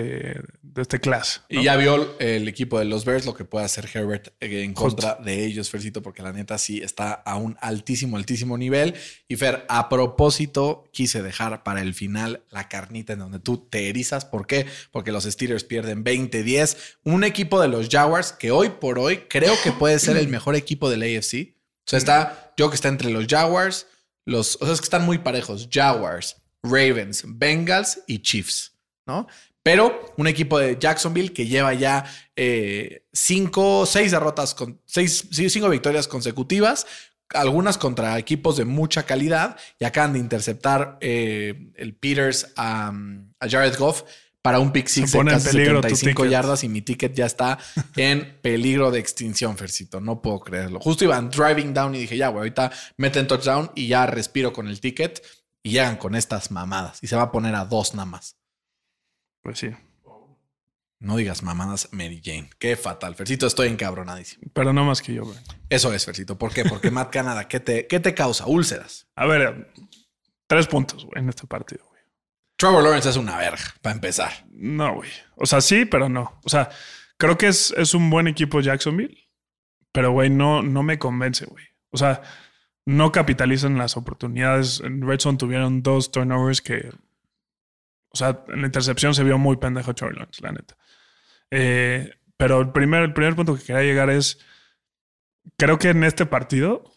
de este class. ¿no?
Y ya vio el equipo de los Bears lo que puede hacer Herbert eh, en contra de ellos, Fercito, porque la neta sí está a un altísimo, altísimo nivel. Y Fer, a propósito, quise dejar para el final la carnita en donde tú te erizas. ¿Por qué? Porque los Steelers pierden 20-10. Un equipo de los Jaguars que hoy por hoy creo que puede ser el mejor equipo del AFC. O sea, está, yo creo que está entre los Jaguars, los, o sea, es que están muy parejos. Jaguars, Ravens, Bengals y Chiefs, ¿no? Pero un equipo de Jacksonville que lleva ya eh, cinco, seis derrotas, con, seis, sí, cinco victorias consecutivas, algunas contra equipos de mucha calidad y acaban de interceptar eh, el Peters a, a Jared Goff para un pick six
Se
de
pone en
casi
peligro tu
75
ticket.
yardas y mi ticket ya está en peligro de extinción, Fercito. No puedo creerlo. Justo iban driving down y dije, ya, güey, ahorita meten touchdown y ya respiro con el ticket y llegan con estas mamadas y se va a poner a dos nada más.
Pues sí.
No digas mamadas, Mary Jane. Qué fatal, Fercito. Estoy encabronadísimo.
Pero no más que yo, güey.
Eso es, Fercito. ¿Por qué? Porque Matt Canada, ¿qué te, qué te causa? Úlceras.
A ver, em, tres puntos güey, en este partido, güey.
Trevor Lawrence es una verga, para empezar.
No, güey. O sea, sí, pero no. O sea, creo que es, es un buen equipo Jacksonville, pero, güey, no, no me convence, güey. O sea, no capitalizan las oportunidades. En Red Zone tuvieron dos turnovers que. O sea, en la intercepción se vio muy pendejo Trevor Lawrence, la neta. Eh, pero el primer, el primer punto que quería llegar es. Creo que en este partido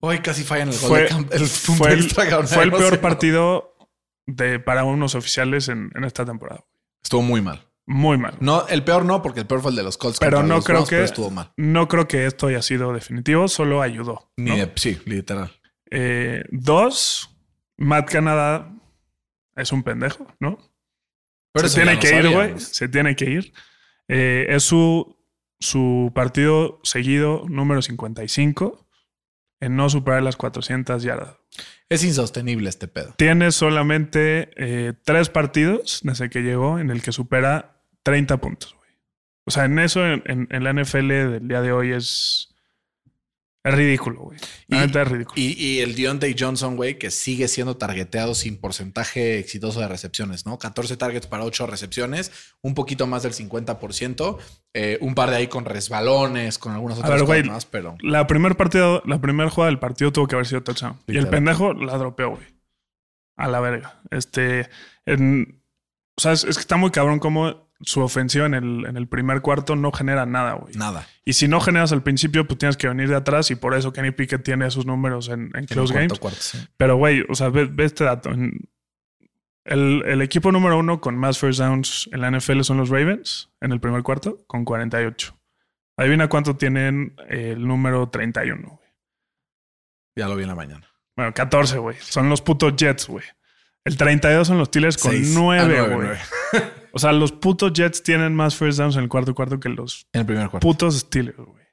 Hoy casi fallan el gol
fue,
de camp- el punto
fue el-
extra, cabrón.
fue el peor
Emocionado.
partido de, para unos oficiales en, en esta temporada.
Estuvo muy mal.
Muy mal.
No, el peor no, porque el peor fue el de los Colts.
Pero
contra
no
los
creo
Browns,
que-
pero estuvo mal.
No creo que esto haya sido definitivo, solo ayudó.
Ni
¿no?
de- sí, literal.
Eh, dos, Matt Canadá es un pendejo, ¿no?
Pero eso
se tiene
ya lo
que ir, güey.
sabíamos.
Se tiene que ir. Eh, es su, su partido seguido número 55 en no superar las 400 yardas.
Es insostenible este pedo.
Tiene solamente eh, tres partidos desde que llegó en el que supera 30 puntos, güey. O sea, en eso, en, en- en la NFL del día de hoy es, es ridículo, güey. La
Y-
neta es ridículo.
Y, y el Deontay Johnson, güey, que sigue siendo targeteado sin porcentaje exitoso de recepciones, ¿no? 14 targets para 8 recepciones, un poquito más del 50%, eh, un par de ahí con resbalones, con algunas otras
ver,
cosas
güey.
más, pero
la primer partido, la primera jugada del partido tuvo que haber sido touchdown. Y el
Literal.
pendejo la dropeó, güey. A la verga. Este. en- o sea, es, es que está muy cabrón como su ofensiva en el, en el primer cuarto no genera nada, güey.
nada.
Y si no generas al principio, pues tienes que venir de atrás y por eso Kenny Pickett tiene esos números en, en
En el cuarto
close games.
cuarto, sí.
Pero, güey, o sea, ve, ve este dato. En- el, el equipo número uno con más first downs en la NFL son los Ravens en el primer cuarto, con 48. Adivina cuánto tienen eh, el número 31, güey.
Ya lo vi en la mañana.
Bueno, 14, güey. Son los putos Jets, güey. El 32 son los Steelers con
Seis. Ah,
9, güey.
nueve.
O sea, los putos Jets tienen más first downs en el cuarto cuarto que los
En el primer cuarto.
putos Steelers, güey.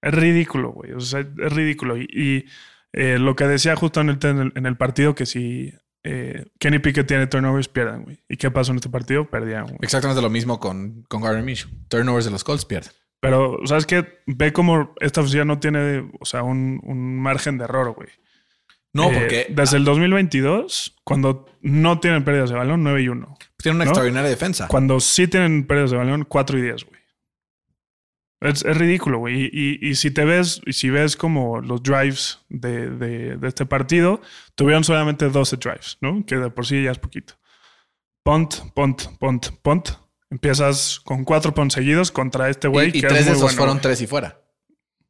Es ridículo, güey. O sea, es ridículo. Y, y, eh, lo que decía justo en el, en el- en el partido, que si eh, Kenny Pickett tiene turnovers, pierdan, güey. ¿Y qué pasó en este partido? Perdían, güey.
Exactamente lo mismo con, con Gardner Minshew. Turnovers de los Colts pierden.
Pero, ¿sabes qué? Ve como esta oficina no tiene, o sea, un, un margen de error, güey.
No,
Eh,
porque
Desde el 2022, cuando no tienen pérdidas de balón, 9 y 1.
tiene una
¿no?
extraordinaria defensa.
Cuando sí tienen pérdidas de balón, 4 y 10, güey. Es, es ridículo, güey. Y, y- y si te ves, y si ves como los drives de, de- de este partido, tuvieron solamente 12 drives, ¿no? Que de por sí ya es poquito. Punt, punt, punt, punt. Empiezas con cuatro punts seguidos contra este güey.
y y
que
tres
es
de
muy
esos
bueno,
fueron
güey.
tres y fuera.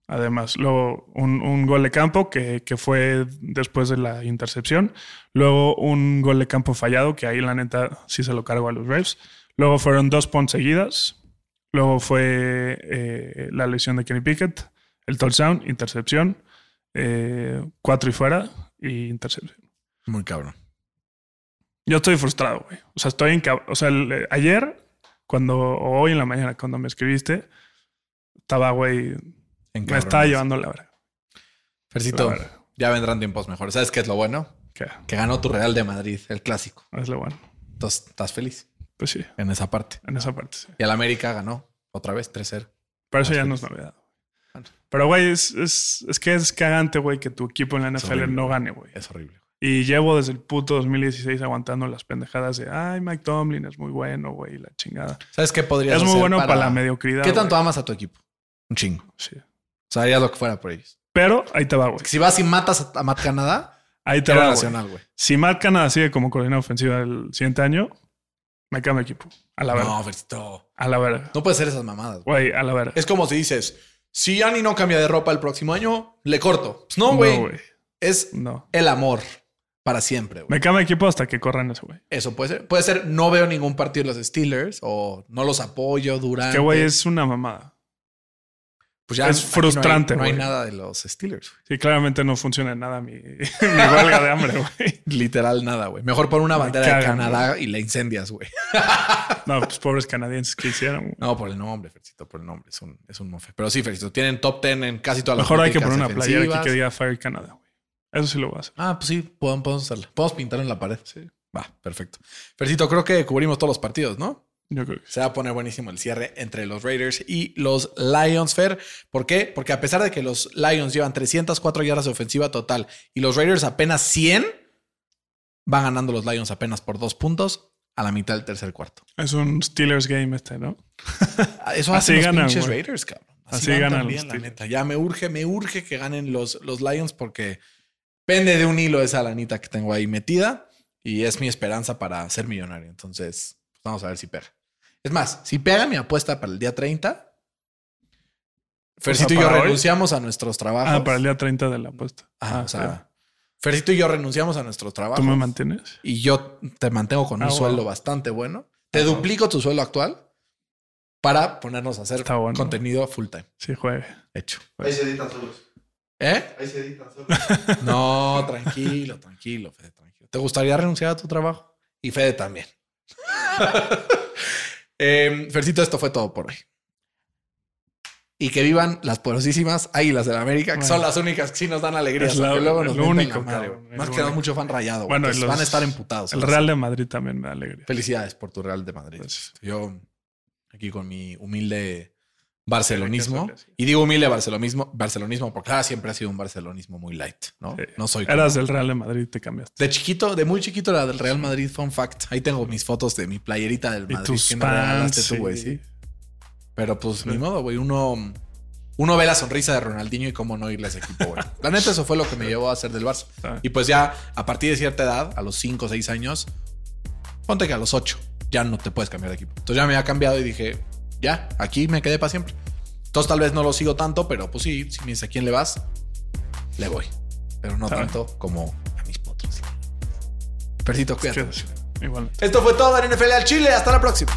Además, luego un, un gol de campo que, que fue después de la intercepción. Luego un gol de campo fallado, que ahí la neta sí se lo cargo a los Braves. Luego fueron dos punts seguidas. Luego fue eh, la lesión de Kenny Pickett, el touchdown, intercepción, eh, cuatro y fuera y intercepción.
Muy cabrón.
Yo estoy frustrado, güey. O sea, estoy en... cab- O sea, el- ayer, cuando, o hoy en la mañana, cuando me escribiste, estaba, güey, me estaba llevando la verga.
Fercito,
La verdad.
ya vendrán tiempos mejores. ¿Sabes qué es lo bueno?
Que
Que ganó tu Real de Madrid, el clásico.
es lo bueno.
Entonces, estás feliz
Pues sí,
en esa parte.
en esa parte sí.
Y al América ganó otra vez 3-0.
Pero eso ya no es novedad. Pero, güey, es, es- es que es cagante, güey, que tu equipo en la NFL
horrible,
no
güey.
gane, güey.
Es horrible.
Y llevo desde el puto 2016 aguantando las pendejadas de, ay, Mike Tomlin es muy bueno, güey, la chingada.
¿Sabes qué podrías
Es muy
hacer
bueno para, la mediocridad.
¿Qué tanto
güey.
amas a tu equipo? Un chingo. O
Sí.
sea, harías lo que fuera por ellos.
Pero ahí te va, güey.
Si vas y matas a, a Matt Canadá,
Ahí
te
te
va
va, güey.
nacional, güey.
Si Matt Canada sigue como coordinador ofensiva el siguiente año, me cambio de equipo. A la verga.
No, Fercito.
A la verga.
No puede ser esas mamadas, güey.
Güey, a la verga.
Es como si dices, si Ani no cambia de ropa el próximo año, le corto. Pues no, güey.
No, güey.
es
No.
el amor para siempre, güey.
Me cambio de equipo hasta que corran ese, güey.
Eso puede ser. Puede ser, no veo ningún partido de los Steelers o no los apoyo durante.
Que, güey, es una mamada.
Pues
es
aquí
frustrante,
No hay, no hay
güey.
nada de los Steelers,
Sí, claramente no funciona en nada mi, mi huelga de hambre, güey.
güey. Literal nada, güey. Mejor pon una bandera de
cagan,
Canadá y la incendias, güey.
No, pues pobres canadienses que hicieron. güey.
No, por el nombre, Fercito, por el nombre. Es un, es un mofe. Pero sí, Fercito, tienen top 10 en casi todas las
Mejor hay que poner
métricas
una playera aquí
defensivas.
que diga Fire Canada, güey. Eso sí lo voy a hacer.
Ah, pues sí, podemos, podemos hacerla. Podemos pintar en la pared. Sí. Va, perfecto. Fercito, creo que cubrimos todos los partidos, ¿no?
Yo creo que sí.
Se va a poner buenísimo el cierre entre los Raiders y los Lions, Fer. ¿Por qué? Porque a pesar de que los Lions llevan 304 yardas de ofensiva total y los Raiders apenas 100, van ganando los Lions apenas por dos puntos a la mitad del tercer cuarto.
Es un Steelers game este, ¿no?
Ah, Eso
Así
hacen los
ganan,
pinches
güey.
Raiders, cabrón.
Así
van
ganan
también,
los
la
Steelers.
neta. Ya me urge, me urge que ganen los, los Lions porque pende de un hilo esa lanita que tengo ahí metida y es mi esperanza para ser millonario. Entonces, pues, vamos a ver si pega. Es más, si pega mi apuesta para el día 30, Fercito y yo
¿para hoy?
renunciamos a nuestros trabajos.
Ah, para el día 30 de la apuesta.
Ajá,
Ah,
o sea,
claro.
Fercito y yo renunciamos a nuestros trabajos.
¿Tú me mantienes?
Y yo te mantengo con
Ah,
un
wow.
sueldo bastante bueno. Te
Ajá.
duplico tu sueldo actual para ponernos a hacer
Está bueno.
contenido full time.
Sí, juegue.
Hecho.
Ahí se editan solos.
¿Eh?
Ahí se editan solos.
No, tranquilo, tranquilo, Fede, tranquilo. ¿Te gustaría renunciar a tu trabajo? Y Fede también. Em, Fercito, esto fue todo por hoy. Y que vivan las poderosísimas águilas de la América, que
Bueno.
son las únicas que sí nos dan alegría.
Es la-
porque luego
es
nos
lo
mienten
único,
la madre,
cabrón,
güey.
es
Más
lo
que dan
único.
mucho fan rayado.
Bueno,
Bueno,
y los-
van a estar emputados.
El
ahora sí.
Real de Madrid también me da alegría.
Felicidades por tu Real de Madrid.
Gracias.
Yo aquí con mi humilde barcelonismo.
Sí, sí.
Y digo humilde barcelonismo, barcelonismo porque ah, siempre ha sido un barcelonismo muy light, ¿no?
Sí.
No soy...
Eras del Real de Madrid, te cambiaste.
De chiquito, de muy chiquito era del Real Madrid, fun fact. Ahí tengo mis fotos de mi playerita del
Y
Madrid
tus
que me regalaste
fans.
tú,
y-
güey, sí. Pero pues ni modo, güey. Uno, uno ve la sonrisa de Ronaldinho y cómo no irle a ese equipo, güey. La neta, eso fue lo que me llevó a ser del Barça.
Ah.
Y pues ya a partir de cierta edad, a los 5 o 6 años, ponte que a los 8 ya no te puedes cambiar de equipo. Entonces ya me había cambiado y dije, ya, aquí me quedé para siempre. Entonces tal vez no lo sigo tanto, pero pues sí, si me dice a quién le vas, le voy. Pero no
Está bien.
tanto como a mis potros. Percito, cuídate.
Sí, sí. Igualmente.
Esto fue todo en NFL al Chile. Hasta la próxima.